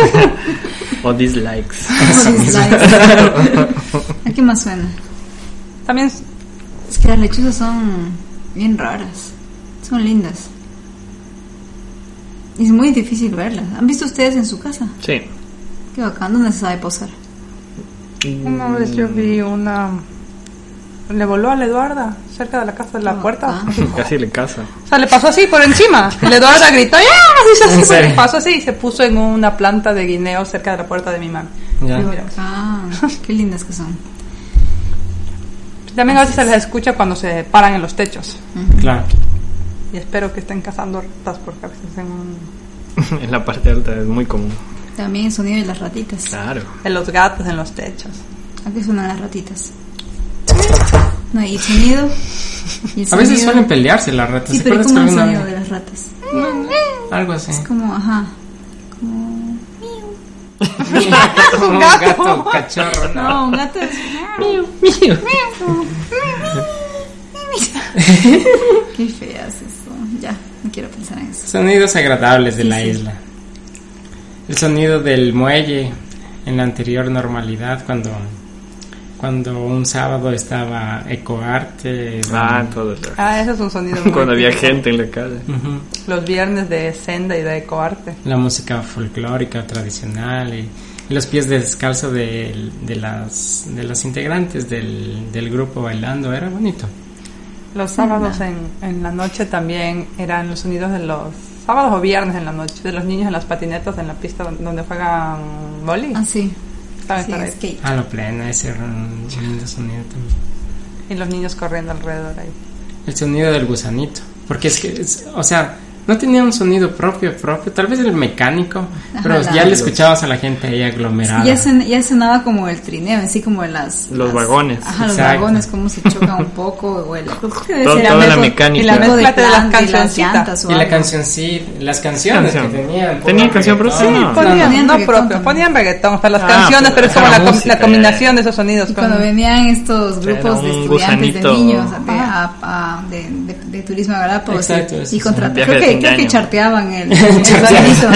E: O dislikes.
B: Como dislikes. ¿A qué más suena?
F: También
B: Es que las lechuzas son bien raras. Son lindas. Y Es muy difícil verlas. ¿Han visto ustedes en su casa?
E: Sí.
B: Qué bacán, ¿dónde se sabe posar?
E: Mm.
F: una vez yo vi una... Le voló a la Eduarda cerca de la casa de la puerta.
B: Ah.
E: Casi le casa.
F: O sea, le pasó así por encima. La Eduarda gritó, ¡ya! Dice
G: ¿En
F: así,
G: serio?
F: le pasó así y se puso en una planta de guineo cerca de la puerta de mi mami.
G: Ya.
B: Qué bacán. Qué lindas que son.
F: También a veces se les escucha cuando se paran en los techos.
G: Claro.
F: Y espero que estén cazando ratas porque a veces en, un-
E: en la parte alta es muy común.
B: También el sonido de las ratitas.
E: Claro.
F: en los gatos, en los techos.
B: ¿A qué suenan las ratitas? No, y el sonido. Y el
G: A veces
B: sonido-
G: suelen pelearse las ratas.
B: Sí,
G: ¿Te
B: pero
G: acuerdas
B: ¿cómo
G: que
B: el
G: alguna
B: sonido
G: vez-
B: de las ratas?
G: Algo así.
B: Es como, ajá. Como.
G: Como un gato cachorro. ¿no?
B: No, un gato es. Qué feas eso. Ya, no quiero pensar en eso.
G: Sonidos agradables de
B: Sí,
G: la
B: sí.
G: isla. El sonido del muelle en la anterior normalidad cuando cuando un sábado estaba Ecoarte.
E: Ah, todo el
F: Ah, eso es un sonido. muy
E: Cuando había
F: típico.
E: gente en la calle.
G: Ujú.
F: Los viernes de senda y de ecoarte.
G: La música folclórica tradicional y y los pies descalzos de, de las de las integrantes del, del grupo bailando era bonito.
F: Los sábados en, en la noche también eran los sonidos de los sábados o viernes en la noche, de los niños en las patinetas en la pista don- donde juegan boli.
B: Así.
F: Saben
B: Ah, Sí,
F: estar ahí.
B: es que.
G: A lo plena ese era un lindo sonido también.
F: Y los niños corriendo alrededor ahí.
G: El sonido del gusanito. Porque es que, es- o sea, no tenía un sonido propio, propio. Tal vez el mecánico. pero
B: la-
G: ya le escuchabas a la gente ahí aglomerada.
B: Ya, suena- ya sonaba como el trineo, así como las.
E: Los
B: las-
E: vagones.
B: Ajá, los
G: Exacto.
B: vagones, cómo se chocan un poco. O el, debe
E: Todo-
B: ser
E: toda la
B: algo-
E: mecánica.
F: y la
B: algo de
F: mezcla de las
B: plan- de las
F: cancioncitas.
B: llantas o
G: Y la
B: algo.
G: canción, sí, las canciones
E: Canción.
G: que tenían.
E: Tenía canción propia,
G: Sí,
E: sí,
G: no,
F: ponían,
B: ponían
F: no,
B: reggaetón
F: propio,
B: también.
F: ponían reggaetón, o sea, las
E: Ah,
F: canciones, pero
E: pero
F: es como
E: era
F: la, com-
E: música,
F: la combinación de esos sonidos.
B: Y
F: con-
B: cuando venían estos
E: Era
B: grupos de
E: un
B: estudiantes,
E: gusanito.
B: de niños, de, a- a- de- de- de turismo a Galápagos, y-
G: Exacto, eso
B: y,
G: es
B: contrataban,
E: un viaje
B: creo
E: de
B: que,
E: fin de
B: creo que
E: año.
B: charteaban el, el
G: Charteaban el
B: vagonito.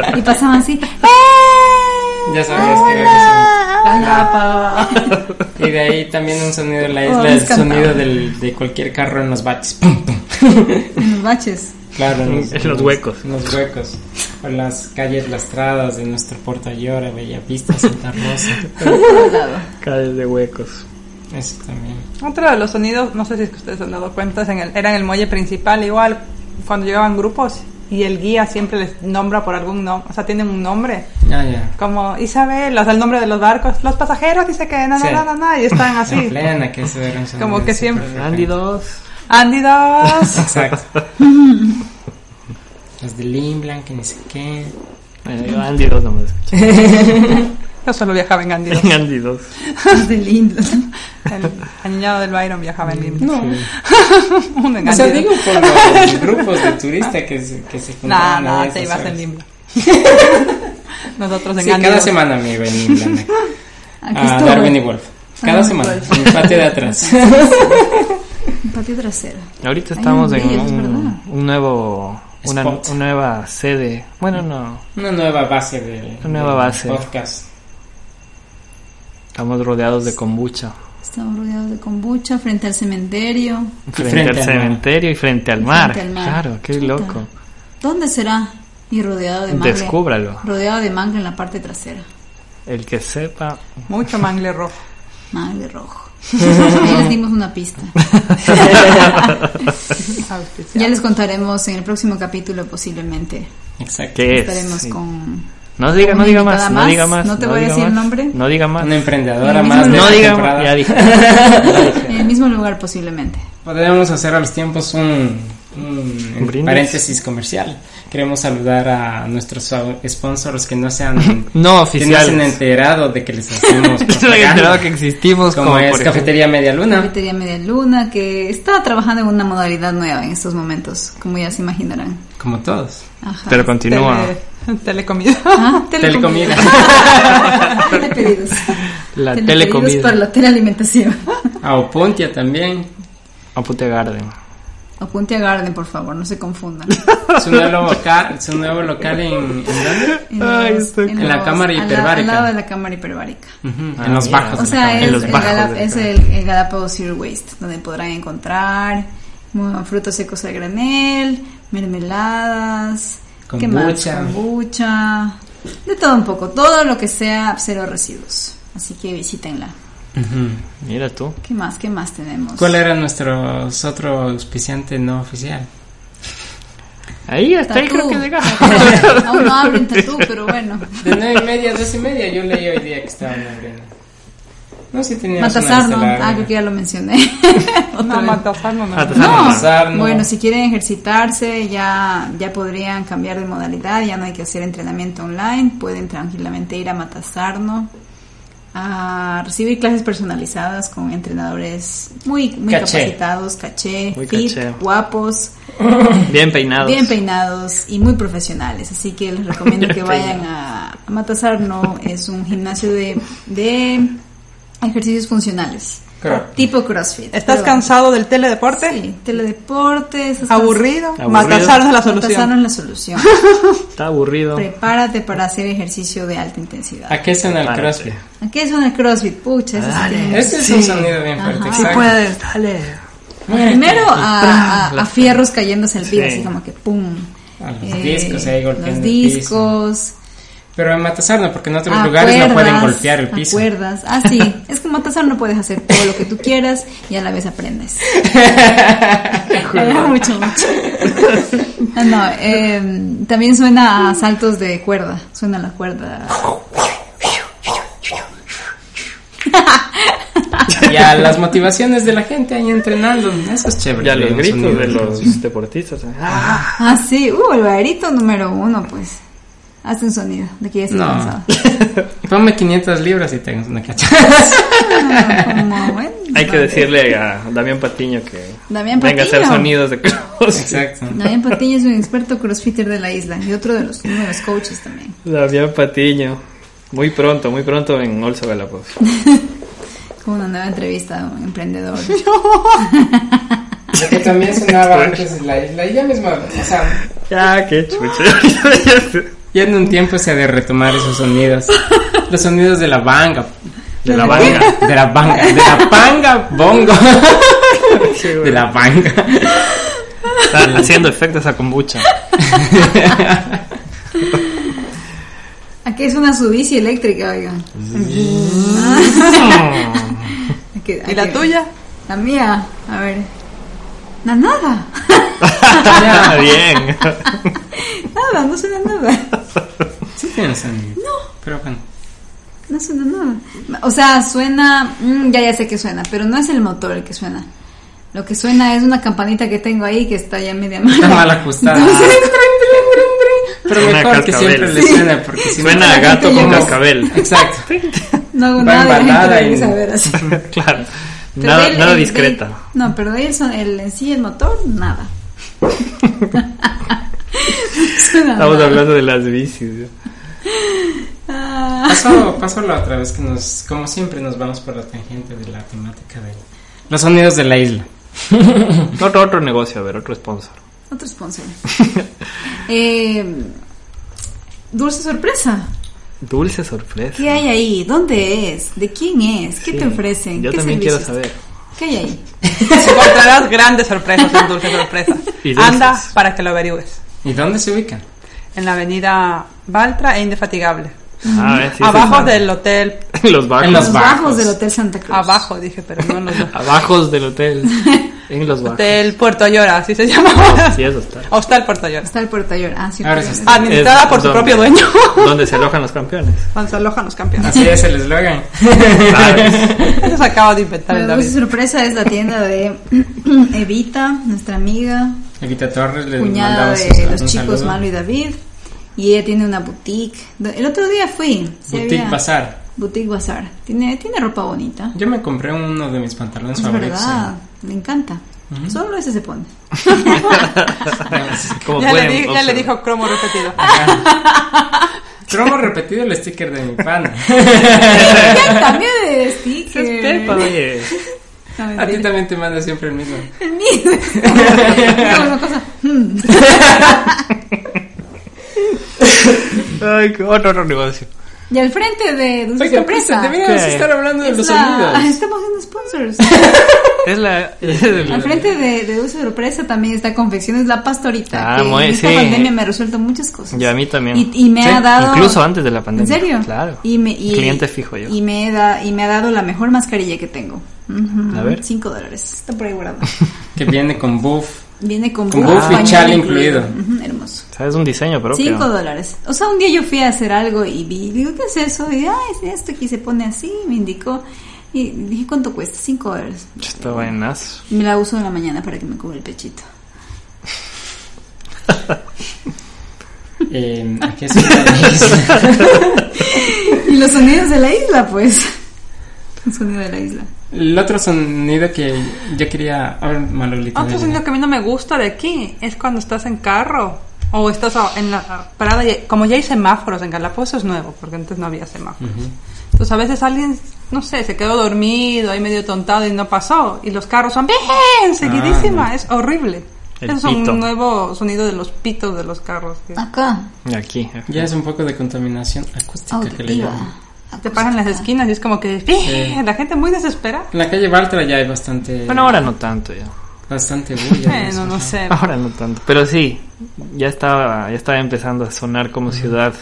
E: vagonito.
B: y pasaban así, "¡Eh!",
G: Ya sabías que era gusanito. Y de ahí también un sonido de la isla,
B: Oh,
G: el
B: les cantaba.
G: sonido del- de cualquier carro en los baches. Pum, pum.
B: en los baches.
G: Claro, en
E: En los huecos.
G: En los huecos. O las calles lastradas de nuestro Puerto Ayora, Bellavista, Santa Rosa.
E: Calles de huecos.
G: Eso también.
F: Otro de los sonidos, no sé si es que ustedes se han dado cuenta, es en el, era en el muelle principal, igual cuando llegaban grupos y el guía siempre les nombra por algún nombre, o sea, tienen un nombre,
G: Ya, ya.
F: como Isabel, o sea, el nombre de los barcos, los pasajeros, dice que na, na,
G: Sí.
F: na, na, na, y están
G: La
F: así.
G: plena que se ve con
F: Ah, Como que siempre-
G: súper
E: Andy 2.
F: Andy dos.
G: Exacto. Los de Limblan, que ni sé qué.
E: Andy 2 nomás escuché.
F: Yo solo viajaba en Andy dos.
E: Andy 2.
B: Los de lindo.
F: El añinado del Byron viajaba en Lima.
G: No.
F: Uno en
G: O sea,
F: Andy
G: digo
F: dos.
G: por los grupos de turistas que se, que se
F: Nah,
G: juntaban. a
F: nah, te
G: esas
F: ibas en
G: horas.
F: Limbo. Nosotros en
G: Sí,
F: Andy
G: cada
F: dos.
G: semana me iba en Limblan.
B: Aquí
E: Ah,
G: A
B: estoy.
G: Darwin y Wolf. Cada
B: Ah,
G: semana,
B: Wolf.
G: en el patio de atrás.
B: Un patio trasero.
E: Ahorita
B: Hay
E: estamos
B: un
E: en
B: video, es
E: un,
B: verdad.
E: un nuevo una,
G: Spot.
E: una nueva sede. Bueno, no.
G: Una nueva base del
E: Una nueva
G: del
E: base.
G: podcast.
E: Estamos rodeados de kombucha.
B: Estamos rodeados de kombucha frente al cementerio.
E: Frente,
G: frente
E: al
G: al mar.
E: cementerio y frente al mar.
B: al mar.
E: Claro, qué
B: Chuta.
E: loco.
B: ¿Dónde será? Y rodeado de mangle.
E: Descúbralo.
B: Rodeado de mangle en la parte trasera.
E: El que sepa.
F: Mucho mangle rojo.
B: Mangle rojo. Ahí les dimos una pista. Ya les contaremos en el próximo capítulo posiblemente.
G: Exacto.
E: ¿Qué es?
B: Estaremos
E: Sí.
B: con
E: No diga, no
B: una
E: diga
B: invitada
E: más, no
B: más.
E: diga más.
B: No te voy a
E: diga
B: decir el
E: más.
B: nombre.
E: No diga más.
G: Una emprendedora
B: No
G: más de
E: No
G: la
E: diga em- más.
G: temporada.
E: Ya dije.
B: en el mismo lugar posiblemente.
G: Podemos hacer a los tiempos un, un-
E: Un brindis.
G: paréntesis comercial. Queremos saludar a nuestros au- sponsors que no se han,
E: No
G: que no se han
E: oficiales.
G: enterado de que les hacemos
E: No se han enterado
G: propaganda,
E: que existimos como,
G: como es
E: por ejemplo-
G: Cafetería Media Luna.
B: Cafetería Media Luna que está trabajando en una modalidad nueva en estos momentos, como ya se imaginarán.
G: Como todos.
B: Ajá.
E: Pero continúa.
F: Tele- telecomida.
B: Ah,
G: Telecomida.
B: Telepedidos.
E: La
B: Telepedidos
E: telecomida.
B: para la telealimentación.
G: A Opuntia también.
E: Apunte Oh, Garden.
B: Apunte a Garden, por favor, no se confundan.
G: Su nuevo local, su nuevo local en, ¿en dónde?
B: En,
E: Ay,
B: los-
E: estoy
G: En la
B: los-
G: cámara
B: al la-
G: hiperbárica.
B: Al, lado de la cámara hiperbárica.
G: Ujú,
E: Ah,
G: en los
E: mira.
G: bajos. de
B: O
G: la
B: sea,
G: calle.
E: En
B: es,
E: los
B: el,
E: bajos
B: Gala-
E: de la
B: es
E: cámara.
B: el, el Galápagos Zero Waste, donde podrán encontrar mm, frutos secos a granel, mermeladas, ¿qué más?
G: Kombucha.
B: kombucha, de todo un poco, todo lo que sea cero residuos. Así que visítenla.
G: Ujú.
E: Mira tú.
B: ¿Qué más? ¿Qué más tenemos?
G: ¿Cuál era nuestro otro auspiciante no oficial?
E: Ahí hasta ahí
B: Tatú.
E: creo que llegamos.
B: Tatú. Aún no hablo en tatú, pero bueno.
G: De nueve y media a dos y media yo leí hoy día que estaba en No sé si tenía
B: Matasar, no. Ah, creo que ya lo mencioné. Otra
F: No,
B: vez.
F: Matasar no me
E: Matasar.
F: gusta.
B: No.
G: Pasar, no.
B: Bueno, si quieren ejercitarse, ya, ya podrían cambiar de modalidad, ya no hay que hacer entrenamiento online, pueden tranquilamente ir a Matasarno a recibir clases personalizadas con entrenadores muy, muy
G: Caché.
B: capacitados, caché,
E: Muy
B: fit,
E: caché.
B: guapos,
E: Bien peinados.
B: bien peinados y muy profesionales. Así que les recomiendo que vayan a, a Matasarno, es un gimnasio de, de ejercicios funcionales,
G: Creo.
B: tipo CrossFit.
F: ¿Estás
B: Pero-
F: cansado del teledeporte?
B: Sí, teledeportes. estás
F: Aburrido.
E: Aburrido.
F: Matasar no es la
B: cansado,
F: solución.
B: pasaron la solución.
E: Está aburrido.
B: Prepárate para hacer ejercicio de alta intensidad.
G: ¿A qué suena el
E: Párate.
G: crossfit?
B: Aquí es una CrossFit, pucha. eso sí tiene-
G: Este es un sonido bien
B: Ajá.
G: fuerte.
B: Sí
G: exacto.
E: puedes, dale.
B: Primero a, a- a fierros cayéndose al piso,
E: Sí.
B: así como que pum.
G: A los
B: Eh,
G: discos ahí golpeando
B: Los
G: el piso.
B: discos.
G: Pero en Matasarno, porque en otros
B: a
G: lugares no pueden
B: cuerdas,
G: golpear el
B: a
G: piso.
B: cuerdas. Ah, sí. Es como Matasar no puedes hacer todo lo que tú quieras y a la vez aprendes. Habla mucho, mucho. Ah, No, eh, también suena a saltos de cuerda. Suena la cuerda.
G: Y a las motivaciones de la gente ahí entrenando. Eso es chévere.
E: Y a los
G: Un
E: gritos
G: sonido
E: de
G: crossfit.
E: los deportistas. Ah,
B: Ah, sí. Uh, el baerito número uno, pues. Hace un sonido de que ya estoy
G: No.
B: cansada.
G: Ponme 500 libras y tengas una cachada.
B: Como, bueno,
E: hay que decirle a Damián Patiño que
B: Ah, Damián
E: venga a hacer
B: Patiño.
E: sonidos de crossfit.
G: Exacto.
B: Damián Patiño es un experto crossfitter de la isla y otro de los, uno de los coaches también.
E: Damián Patiño. Muy pronto, muy pronto en Olso Galapagos.
B: Como una nueva entrevista a un emprendedor.
G: Lo que también sonaba antes es la isla. Y ya mismo, o sea,
E: Ya, qué chucha.
G: ya en un tiempo se ha de retomar esos sonidos. Los sonidos de la banga.
E: De la banda.
G: De la banga. De la panga, bongo. De la banga.
E: Está haciendo efectos a kombucha.
B: Aquí es una su bici eléctrica, oigan. Aquí-
F: ¿Y la
B: aquí-
F: tuya?
B: La mía, a ver. No, nada.
E: Ya, bien.
B: Nada, no suena nada.
G: Sí tiene sonido. No. Pero bueno.
B: No suena nada. O sea, suena. mm, ya, ya sé que suena, pero no es el motor el que suena. Lo que suena es una campanita que tengo ahí que está ya media mala.
G: Está mal ajustada.
B: Entonces,
G: Pero
E: Una
G: mejor que
E: cascabel.
G: siempre le suena. Porque si no-
E: Suena a gato con
B: Como-
E: cascabel.
G: Exacto.
B: no hago
G: Va
B: nada y la gente
G: embalada
B: la
G: y-
B: empieza a ver así.
E: claro.
B: Pero
E: Nada,
B: de él-
E: nada
B: el- de-
E: discreta.
B: no, pero de él son- el, en sí el motor, nada. Suena
E: Estamos
B: nada.
E: hablando de las bicis.
B: Ah.
G: Pasó, pasó la otra vez que nos, como siempre, nos vamos por la tangente de la temática de los sonidos de la isla.
E: Otro, otro negocio, a ver, otro sponsor.
B: Otro sponsor. Eh, dulce sorpresa.
E: Dulce sorpresa.
B: ¿Qué hay ahí? ¿Dónde es? ¿De quién es? ¿Qué
E: Sí.
B: te ofrecen?
E: Yo
B: ¿Qué
E: también
B: servicios?
E: quiero saber.
B: ¿Qué hay ahí?
F: Encontrarás grandes sorpresas en Dulce Sorpresa.
E: Y dulces.
F: Anda para que lo averigües.
G: ¿Y dónde se ubica?
F: En la avenida Baltra e Indefatigable.
E: Ah, A ver, sí se Pues.
F: abajo
E: sabe.
F: del hotel.
E: los bajos.
G: En
B: Los bajos. del Hotel Santa Cruz.
F: Abajo, dije, pero no en los
E: Abajos del hotel. En los bajos.
F: Hotel Puerto Llora, así se llama.
E: Ah, Sí, eso está.
F: Hostal Puerto Llora.
B: Está el portallor. Ah, cierto.
G: Ahora sí está.
F: Administrada
E: Es
F: por su
E: donde-
F: propio dueño.
E: Donde se alojan los campeones.
F: Donde se alojan los campeones.
G: Así es el eslogan.
F: Eso se acaba de inventar el
B: Bueno, dulce
F: David.
B: sorpresa es la tienda de Evita, nuestra amiga,
G: Evita Torres le
B: cuñada
G: mandaba
B: de
G: sus-
B: los
G: un
B: chicos
G: saludo.
B: Malo y David. Y ella tiene una boutique. El otro día fui. Sí
G: Boutique
B: había-
G: Bazar.
B: Boutique Bazar. Tiene, tiene ropa bonita.
G: Yo me compré uno de mis pantalones
B: Es
G: favoritos.
B: verdad. Me encanta. Solo ese se pone.
E: Como
F: Ya, le,
E: pueden
F: di- ya le
E: observar.
F: dijo cromo repetido.
G: en- Cromo repetido el sticker de mi pana.
B: Ya cambió de sticker.
E: Oye,
B: No,
G: A ti
B: mentira.
G: también te manda siempre el mismo.
B: El mío. Digo una cosa. hmm.
E: ay, qué otro, otro negocio.
B: Y al frente de Dulce
G: Oiga, pues,
B: Sorpresa.
G: deberíamos
E: ¿Qué?
G: estar hablando de
B: es
G: los
B: la-
G: sonidos.
B: Estamos haciendo sponsors.
E: Es la.
B: Al frente de, de Dulce Sorpresa también está Confecciones La Pastorita.
E: Ah,
B: que
E: muy-
B: en esta
E: sí.
B: pandemia me ha resuelto muchas cosas.
E: Y a mí también.
B: Ah. Y, y me
E: Sí,
B: ha dado.
E: Incluso antes de la pandemia.
B: ¿En serio?
E: Claro.
B: Y me, y,
E: Cliente fijo yo.
B: Y me, da, y me ha dado la mejor mascarilla que tengo. Ujú,
E: A ver.
B: Cinco dólares. Está por ahí guardada.
G: Que viene con buff.
B: Viene con,
G: Con
B: buff,
G: buff y
B: pañuelo
G: chal incluido.
B: Ujú, hermoso.
E: ¿Sabes? Un diseño propio.
B: Cinco dólares. O sea, un día yo fui a hacer algo y vi, digo, ¿qué es eso? Y, ah, es esto aquí se pone así, me indicó. Y dije, ¿cuánto cuesta? Cinco dólares.
E: Está buenazo.
B: Me la uso en la mañana para que me cubra el pechito.
G: Eh, ¿a qué se
B: Y los sonidos de la isla, pues. El sonido de la isla.
G: El otro sonido que yo quería. A ver, Malolita.
F: Otro
G: dale.
F: sonido pues que a mí no me gusta de aquí es cuando estás en carro o estás a- en la parada. y- como ya hay semáforos en Galapagos, eso es nuevo, porque antes no había semáforos. Entonces a veces alguien, no sé, se quedó dormido, ahí medio tontado y no pasó. Y los carros son
G: Ah,
F: bien seguidísima, es horrible.
E: El
F: Eso es
E: pito.
F: un nuevo sonido de los pitos de los carros. que
B: Acá,
E: Aquí. acá.
G: Ya es un poco de contaminación acústica que le
B: auditiva.
G: llaman.
F: Te paran las esquinas y es como que
G: Sí.
F: la gente muy desesperada.
G: En la calle Bartra ya hay bastante.
E: Bueno, ahora no tanto ya.
G: Bastante bulla.
F: Bueno, no
G: Ajá.
B: Eh.
F: sé.
E: Ahora no tanto. Pero sí, ya estaba, ya estaba empezando a sonar como ciudad.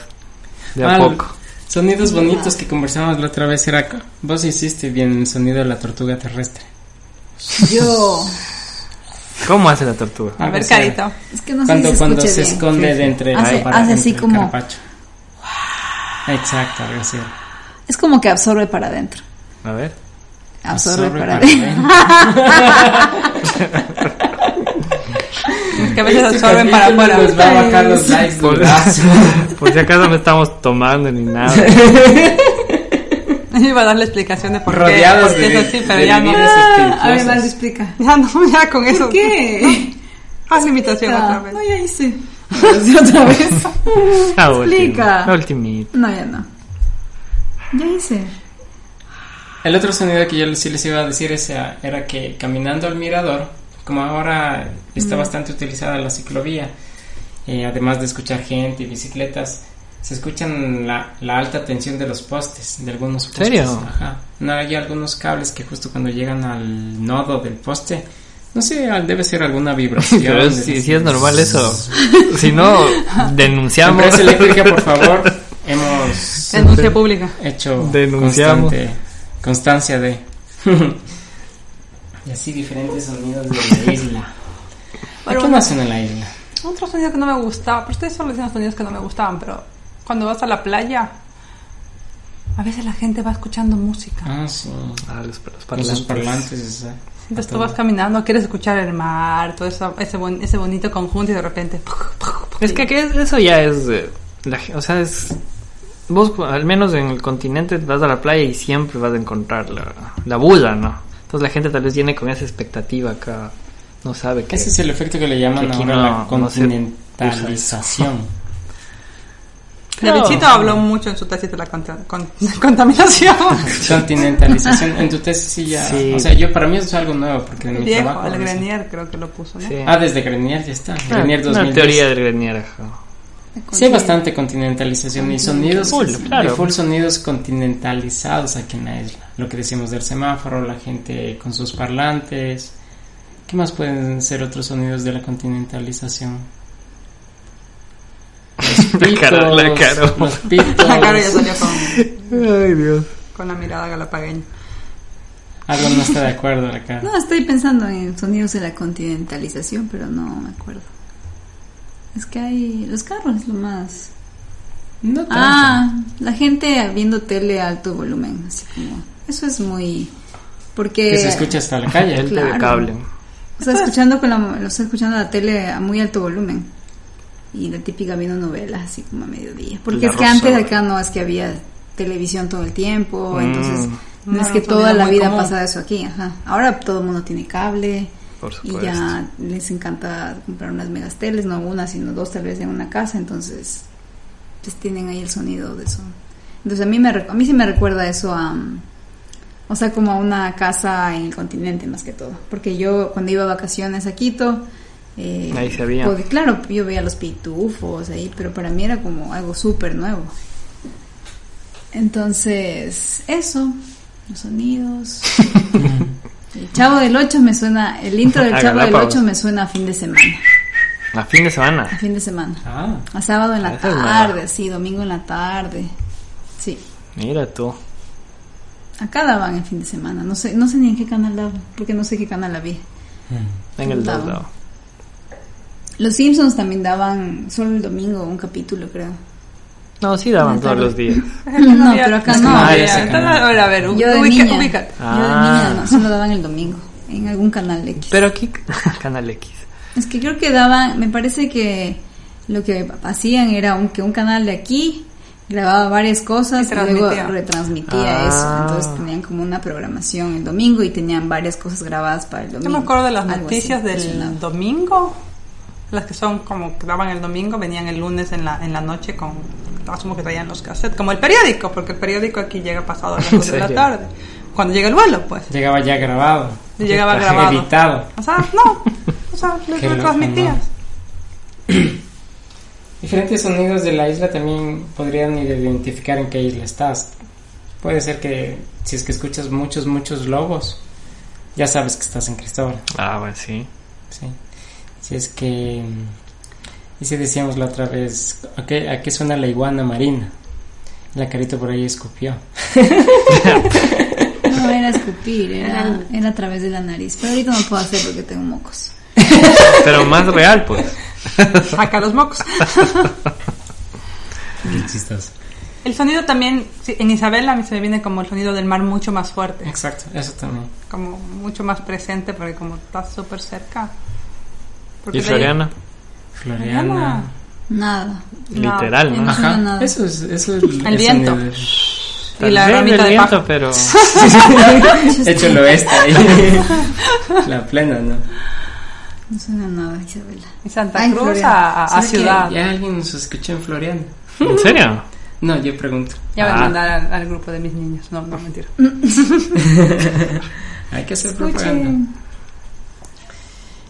E: De a
G: Ah,
E: poco.
G: Sonidos bonitos que conversamos la otra vez era. co- Vos hiciste bien el sonido de la tortuga terrestre.
B: Yo.
E: ¿Cómo hace la tortuga?
F: A ver,
G: O sea,
F: Carito.
B: Es que no sé si
G: cuando
B: se
G: cuando
B: escuche
G: se
B: bien.
G: esconde de entre
B: Hace-
G: la para-
B: hace
G: entre
B: así
G: el
B: como-
G: carapacho. Exacto, algo así.
F: Ah,
B: Es como que absorbe para adentro.
E: A ver.
B: Absorbe,
G: Absorbe
B: para
G: para
B: adentro.
F: Es que a veces absorben para afuera.
G: Nos va a bajar los likes del
E: Por,
G: brazo.
E: por si acaso no estamos tomando ni nada.
F: Yo iba a dar la explicación de por qué,
G: Rodeados
F: por qué
G: de-
F: es así, pero
G: de
F: ya no.
G: bebidas espirituosas.
B: A ver, Valdo, explica.
F: Ya no, ya con eso.
B: ¿Por qué?
F: Haz limitación otra
B: Ah,
F: vez.
B: No, ya hice. otra vez.
E: Ah, último.
B: Explica.
E: La ultimita.
B: No, ya no. Ya hice.
G: El otro sonido que yo sí les iba a decir es, eh, era que caminando al mirador, como ahora está bastante utilizada la ciclovía, eh, además de escuchar gente y bicicletas, se escuchan la, la alta tensión de los postes, de algunos postes.
E: serio?
G: Ajá. No hay algunos cables que justo cuando llegan al nodo del poste, no sé, al- debe ser alguna vibración.
E: Pero
G: de
E: es- si,
G: las-
E: si es normal eso. Si no, denunciamos.
G: Empresa eléctrica, por favor, hemos
F: Denuncia pública.
G: hecho
E: Denunciamos.
G: constante- constancia de y así diferentes sonidos de la isla
F: Pero
G: ¿qué
F: bueno,
G: más suena en la isla?
F: otro sonido que no me gustaba, pero ustedes solo dicen los sonidos que no me gustaban, pero cuando vas a la playa, a veces la gente va escuchando música.
G: ah sí
E: Ah, los, los
G: con sus
E: parlantes.
G: parlantes ajá.
F: Entonces tú vas caminando, quieres escuchar el mar, todo eso, ese, bon- ese bonito conjunto y de repente...
E: Es que, que es- eso ya es. eh, la ge- o sea, es. Vos, al menos en el continente, vas a la playa y siempre vas a encontrar la, la bulla, ¿no? Entonces la gente tal vez viene con esa expectativa acá. No sabe qué.
G: ese es el efecto que le llaman
E: Que aquí
G: ahora
E: no-
G: la
E: no se usa eso.
G: continentalización
F: El bichito habló mucho en su tesis de la contra- con- contaminación.
G: Continentalización. En tu tesis sí ya.
E: Sí.
G: O sea, yo para mí eso es algo nuevo porque en mi
F: Viejo,
G: trabajo.
F: el
G: no sé.
F: Grenier creo que lo puso, ¿no?
E: Sí.
G: Ah, desde Grenier ya está. Grenier
E: Una
G: 2010.
E: teoría del Grenier. ajá.
G: Sí, hay bastante continentalización y sonidos.
E: Full, claro.
G: y full sonidos continentalizados aquí en la isla. Lo que decimos del semáforo, la gente con sus parlantes. ¿Qué más pueden ser otros sonidos de la continentalización? Los pitos,
E: cara- la cara.
G: los pitos,
F: La cara ya salió con,
E: Ay, Dios.
F: con la mirada galapagueña.
G: Algo no está de acuerdo la cara.
B: No, estoy pensando en sonidos de la continentalización, pero no me acuerdo. Es que hay los carros, lo más.
G: No tanto.
B: Ah, la gente viendo tele a alto volumen, así como. Eso es muy. Porque.
G: Que se escucha hasta la calle.
F: Eh,
E: Gente de
B: Claro.
E: cable.
B: O sea, escuchando con la, lo está escuchando la tele a muy alto volumen. Y la típica viendo novelas así como a mediodía. Porque
E: La
B: es que
E: Rosa,
B: antes de
E: ¿verdad?
B: acá no es que había televisión todo el tiempo,
E: Mm.
B: entonces no,
F: No,
B: es que
F: era un
B: toda
F: sonido
B: la
F: muy
B: vida
F: común.
B: pasa eso aquí, ajá. Ahora todo el mundo tiene cable
E: Por
B: y
E: supuesto.
B: ya les encanta comprar unas megas teles, no una, sino dos tal vez en una casa, entonces pues tienen ahí el sonido de eso. Entonces a mí, me, recu- a mí sí me recuerda eso a... mm, o sea, como a una casa en el continente más que todo. Porque yo cuando iba a vacaciones a Quito... eh,
E: Ahí se veía.
B: pod- claro, yo veía los pitufos ahí, pero para mí era como algo súper nuevo. Entonces, eso, los sonidos. el Chavo del 8 me suena, el intro del
E: A
B: Chavo del
E: Galápagos.
B: 8 me suena a fin de semana,
E: A fin de
B: a
E: semana.
B: fin de semana.
G: Ah,
B: A sábado en
E: Ah,
B: la
E: esa es nueva.
B: tarde, sí, domingo en la tarde. Sí,
E: Mira tú.
B: acá daban en fin de semana, no sé no sé ni en qué canal daban, porque no sé qué canal había.
E: En el
B: Dao.
E: dado.
B: Los Simpsons también daban solo el domingo un capítulo, creo.
E: No, sí daban todos los días.
B: No, pero acá no.
G: Ah,
F: Había-
G: ese canal.
F: Entonces, a ver,
B: Yo de
F: ubica-
B: niña,
F: ubícate.
B: yo de
E: Ah.
B: niña no, solo daban el domingo en algún canal X.
E: Pero aquí, Canal X.
B: Es que creo que daban, me parece que lo que hacían era un, que un canal de aquí grababa varias cosas
F: Y
B: y, luego
F: transmitía.
B: retransmitía
E: Ah.
B: eso. Entonces tenían como una programación el domingo y tenían varias cosas grabadas para
F: Yo
B: el domingo.
F: me acuerdo de las
B: Algo así,
F: noticias
B: funcionaba.
F: del domingo, las que son como que daban el domingo, venían el lunes en la, en la noche con, asumo que traían los cassettes, como el periódico, porque el periódico aquí llega pasado a las 2 de la
E: serio?
F: tarde, cuando llega el vuelo, pues.
G: llegaba ya grabado.
F: Y llegaba
G: Ajá,
F: grabado.
G: Editado.
F: O sea, no, o sea, lo
G: Qué loco,
F: transmitías.
G: Diferentes sonidos de la isla también podrían identificar en qué isla estás. Puede ser que si es que escuchas muchos, muchos lobos, ya sabes que estás en Cristóbal.
E: Ah, bueno, sí.
G: ¿sí? Si es que... Y si decíamos la otra vez, ¿a qué, a qué suena la iguana marina? La carita por ahí escupió.
B: No, era escupir, era, era a través de la nariz. Pero ahorita no puedo hacer porque tengo mocos.
E: Pero más real, pues.
F: Saca los mocos.
G: Qué chistoso.
F: El sonido también, sí, en Isabela a mí se me viene como el sonido del mar mucho más fuerte,
G: Exacto, eso también.
F: como mucho más presente, porque como estás súper cerca. Porque
E: Y
F: de ahí-
E: Soriana,
G: Floriana.
B: Nada.
F: No.
E: literal, ¿no?
B: No. suena nada.
G: Eso es, eso es el,
F: viento.
G: sonido
F: Y la
E: Tal vez
F: ramita
E: el
F: de
E: viento,
F: paja.
E: pero...
G: del- Hecho el oeste ahí. la plena, ¿no?
B: No suena nada, Isabela.
F: Y Santa
B: Ay,
F: Cruz
B: Floriana.
F: a, a-
G: ¿Será
F: a
G: que
F: Ciudad.
G: Ya alguien nos escuchó en Floriana.
E: ¿En serio?
G: No, yo pregunto.
F: Ya voy
E: Ah.
F: a mandar al, al grupo de mis niños. No, no, mentira.
G: Hay que hacer propaganda.
B: Escuchen.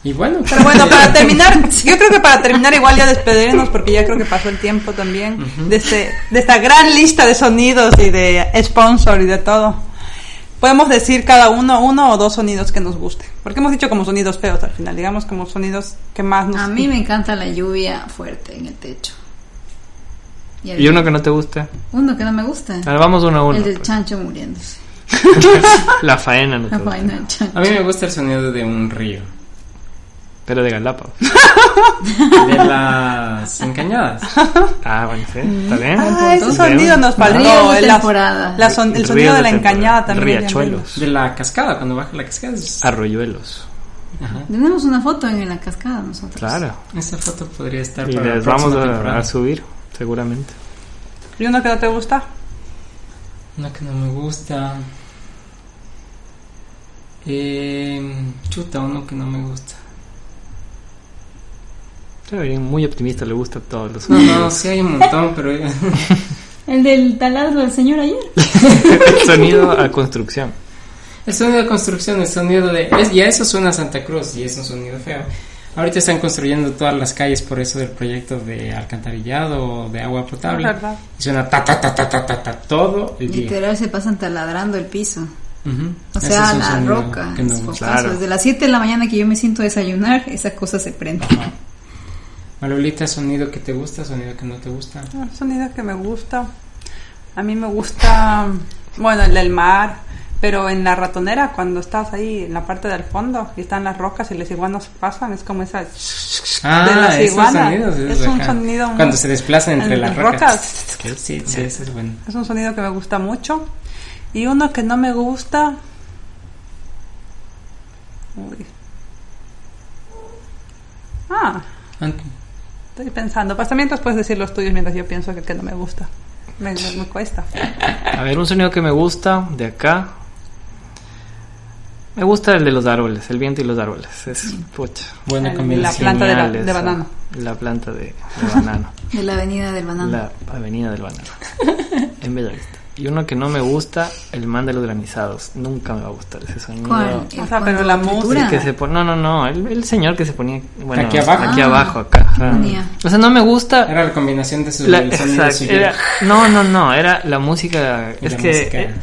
G: Y bueno,
F: Pero bueno, para terminar, yo creo que para terminar igual ya despedirnos porque ya creo que pasó el tiempo también de, este, de esta gran lista de sonidos y de sponsor y de todo. Podemos decir cada uno uno o dos sonidos que nos guste. Porque hemos dicho como sonidos feos al final, digamos como sonidos que más nos...
B: A mí me encanta la lluvia fuerte en el techo. Y, el-
E: ¿Y uno que no te gusta?
B: uno que no me gusta.
E: Ah, vamos uno a uno.
B: el del
E: pues.
B: chancho muriéndose.
E: La faena no te
B: La
E: gusta.
B: vaina del chancho.
G: a mí me gusta el sonido de un río.
E: Pero de Galápagos.
G: De las encañadas.
E: Ah, bueno, sí. ¿Está bien?
F: Ah, ese
E: Bien.
F: sonido nos faltó.
B: Ríos de
F: la-
B: temporada.
F: la son- el
E: Ríos
F: sonido de la
E: temporada.
F: encañada también.
E: Riachuelos.
G: De la cascada, cuando baja la cascada. es-
E: Arroyuelos.
B: Tenemos una foto en la cascada nosotros.
E: Claro.
G: Esa foto podría estar
E: Y
G: para la
E: les
G: próxima
E: vamos a,
G: temporada.
E: a subir, seguramente.
F: ¿Y uno que no te gusta?
G: Ah, Una que no me gusta. Eh, chuta, uno que no me gusta.
E: Evelyn, muy optimista, le gusta todo. Los...
G: No, no, sí hay un montón, pero
B: El del taladro del señor ayer.
E: el sonido a construcción.
G: el sonido de construcción, el sonido de... es- ya eso suena a Santa Cruz y es un sonido feo. Ahorita están construyendo todas las calles por eso del proyecto de alcantarillado o de agua potable.
F: Es Ah, verdad.
G: Y suena ta ta ta ta ta ta, ta, todo el día.
B: Literal se pasan taladrando el piso.
G: Ujú.
B: O
G: Ese
B: sea,
G: es un
B: la
G: sonido
B: roca.
G: que no
B: es
G: gusta.
B: focazo.
E: Claro.
B: Desde las 7 de la mañana que yo me siento a desayunar, esa cosa se prende.
G: Malolita, sonido que te gusta, sonido que no te gusta.
F: Un sonido Ah, que me gusta. A mí me gusta, bueno, el del mar, pero en la ratonera, cuando estás ahí en la parte del fondo y están las rocas y las iguanas pasan, es como esa. de
G: Ah,
F: las
G: esos
F: iguanas.
G: sonidos. esos
F: Es un
G: acá.
F: sonido muy-
G: Cuando se desplazan entre
F: en
G: las
F: las
G: rocas.
F: rocas.
G: Sí, sí, eso es bueno.
F: Es un sonido que me gusta mucho. Y uno que no me gusta. Uy. Ah, estoy pensando. Pues también puedes decir los tuyos mientras yo pienso que el que no me gusta. Me, me- me cuesta.
E: A ver, un sonido que me gusta de acá. Me gusta el de los árboles, el viento y los árboles. Es pucha.
G: Buena
F: El- la
G: combinación.
F: planta de, ba-
E: genial
F: de
E: esa.
F: banano.
E: ah, La planta de, de banano.
B: De la avenida del banano.
E: la avenida del banano. En Bellavista. Y uno que no me gusta, el man de los granizados. Nunca me va a gustar ese sonido.
B: ¿Cuál?
F: sea,
B: Eh, cuando
F: pero la
B: tritura.
E: El que se pon- No, no, no. El, el señor que se ponía. Bueno,
G: Aquí abajo.
E: Aquí
B: Ah.
E: abajo, acá. Ajá.
B: Ponía.
E: O sea, no me gusta.
G: Era la combinación de sus
E: La-
G: del sonido
E: exacto,
G: de su
E: era- no, no, no, era la música.
G: y
E: es
G: la
E: que
G: música.
E: eh,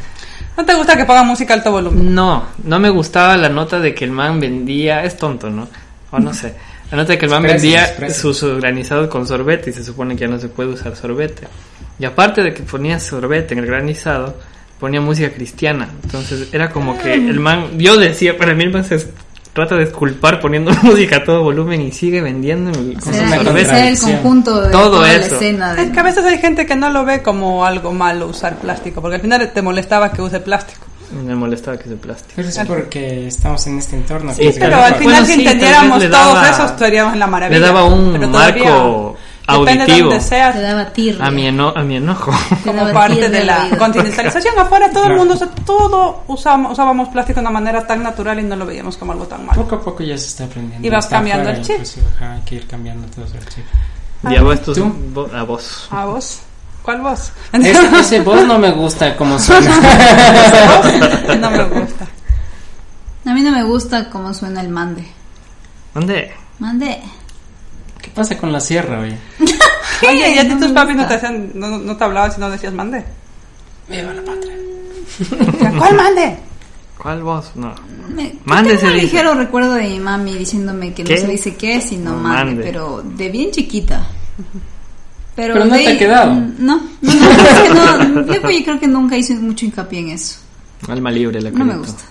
F: ¿No te gusta que ponga música a alto volumen?
E: no, no me gustaba la nota de que el man vendía. Es tonto, ¿no? O no sé. La nota de que el man
G: Expresos,
E: vendía
G: expresos.
E: sus granizados con sorbete y se supone que ya no se puede usar sorbete. Y aparte de que ponía sorbete en el granizado, ponía música cristiana. Entonces era como que
F: Mm.
E: el man, yo decía, para mí el man se es- trata de esculpar poniendo música a todo volumen y sigue vendiendo el-
B: Será-
E: con su
G: una
B: será
E: sorbete.
B: el
G: contradicción.
B: conjunto de
E: Todo
B: toda la
E: eso.
B: escena. de-
F: Es que a veces hay gente que no lo ve como algo malo usar plástico, porque al final te molestaba que use plástico.
E: Me molestaba que es de plástico.
G: Pero es porque estamos en este entorno.
F: Sí,
G: que es
F: pero
G: grande.
F: al final
E: Bueno,
F: si
E: sí, tal
F: entendiéramos
E: vez le
F: todos
E: daba-
F: esos estaríamos en la maravilla.
E: le daba un
F: Pero
E: marco
F: todavía, Depende de
E: auditivo.
F: donde
B: Te
F: seas,
B: daba tirria.
E: A mi, eno- a mi enojo.
B: Te
F: como
B: daba
F: parte
B: tirria
F: de
B: al
F: la
B: oído.
F: continentalización. Afuera todo el
G: Claro.
F: mundo, o sea, todo usábamos, usábamos plástico de una manera tan natural y no lo veíamos como algo tan malo.
G: Poco a poco ya se está aprendiendo.
F: Y vas
G: Está
F: cambiando
G: afuera,
F: el chip.
G: inclusive, ajá, hay que ir cambiando todo el chip.
E: Y a vos, tus-
G: ¿Tú?
E: vo- a vos.
F: ¿A vos? ¿Cuál vos?
G: Ese, ese voz no me gusta como suena.
F: no me gusta.
B: A mí no me gusta cómo suena el mande.
E: ¿Dónde?
B: Mande.
G: ¿Qué pasa con la sierra, oye?
F: Oye, ¿y a ti
B: No
F: tus
B: me
F: papis no
B: gusta.
F: te, hacían, no, no te hablaban si no decías mande?
G: Viva la patria.
F: ¿Cuál mande?
E: ¿Cuál vos? No.
B: Me,
E: Mande
B: Eh, tengo
E: se
B: un
E: dice.
B: ligero recuerdo de mi mami diciéndome que
E: ¿Qué?
B: no se dice qué, sino
E: No,
B: mande,
E: mande.
B: pero de bien chiquita. Pero,
G: Pero no
B: de
G: te ha
B: ahí-
G: quedado.
B: mm, No, no, no, es que no, yo, pues, yo creo que nunca hice mucho hincapié en eso.
E: Alma libre, la
B: No me
E: correcto.
B: gusta.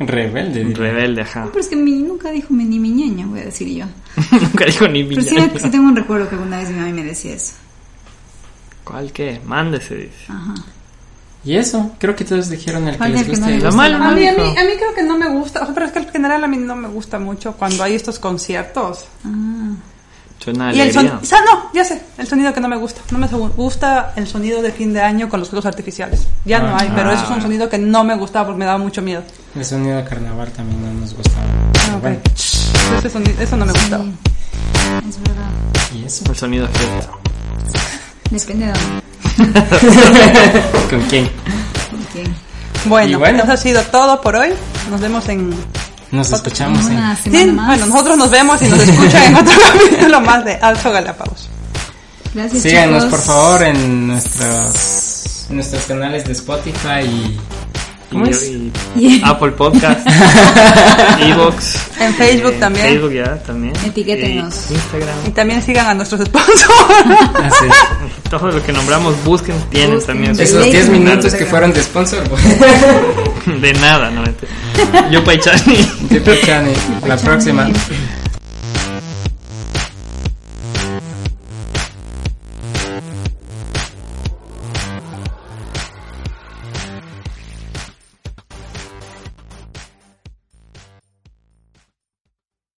G: Rebelde. diría.
E: Rebelde, ajá.
B: Pero es que mi, nunca dijo mi, ni mi ñeña, voy a decir yo.
E: Nunca dijo ni
B: Pero sí,
E: villano.
B: sí tengo un recuerdo que alguna vez mi mami me decía eso.
E: ¿Cuál qué? Mande, se dice.
B: Ajá.
G: Y eso, creo que todos dijeron el que
B: ¿Cuál
G: les
B: es que no
G: gusta.
B: les
G: y-
E: Lo
B: gusta?
E: malo,
F: A
E: ¿no?
F: mí, a,
E: dijo.
F: mí, a mí creo que no me gusta, o sea, pero es que en general a mí no me gusta mucho cuando hay estos conciertos.
E: Suena
F: Y el
E: alegría.
F: sonido, no, ya sé, el sonido que no me gusta. No me segun- gusta el sonido de fin de año con los juegos artificiales. Ya no hay, pero eso es un sonido que no me gustaba porque me daba mucho miedo.
G: El sonido de carnaval también no nos gustaba. Pero
F: Ah, ok.
G: bueno,
F: Ese sonido- eso no me gustaba.
B: Es verdad.
G: y eso.
E: El sonido fiesta.
B: Depende de dónde.
G: ¿Con quién?
B: Ok.
G: Y
F: Bueno,
G: bueno.
F: eso ha sido todo por hoy. Nos vemos en...
G: Nos
F: Pues,
G: escuchamos en...
B: Una
F: Sí,
B: semana más.
F: bueno, nosotros nos vemos y nos escuchan en otro capítulo más de Alto Galápagos.
B: Gracias,
G: Síganos
B: chicos.
G: por favor en nuestros, en nuestros canales de Spotify y...
E: ¿Cómo
G: y-
E: es?
G: y-
B: Y-
E: Apple Podcast, Evox. eh,
F: En Facebook también.
E: Facebook ya, también.
B: Etiquétenos.
E: Y Instagram.
F: Y también sigan a nuestros sponsors.
G: así es.
E: Todo lo que nombramos, busquen, tienen
B: Busquen.
E: también. su-
G: Esos
B: Late
G: 10
B: Night
G: minutos que
B: Instagram.
G: fueron de sponsor.
E: De nada, no. Yo, Paichani.
G: Yo, Chani, la próxima.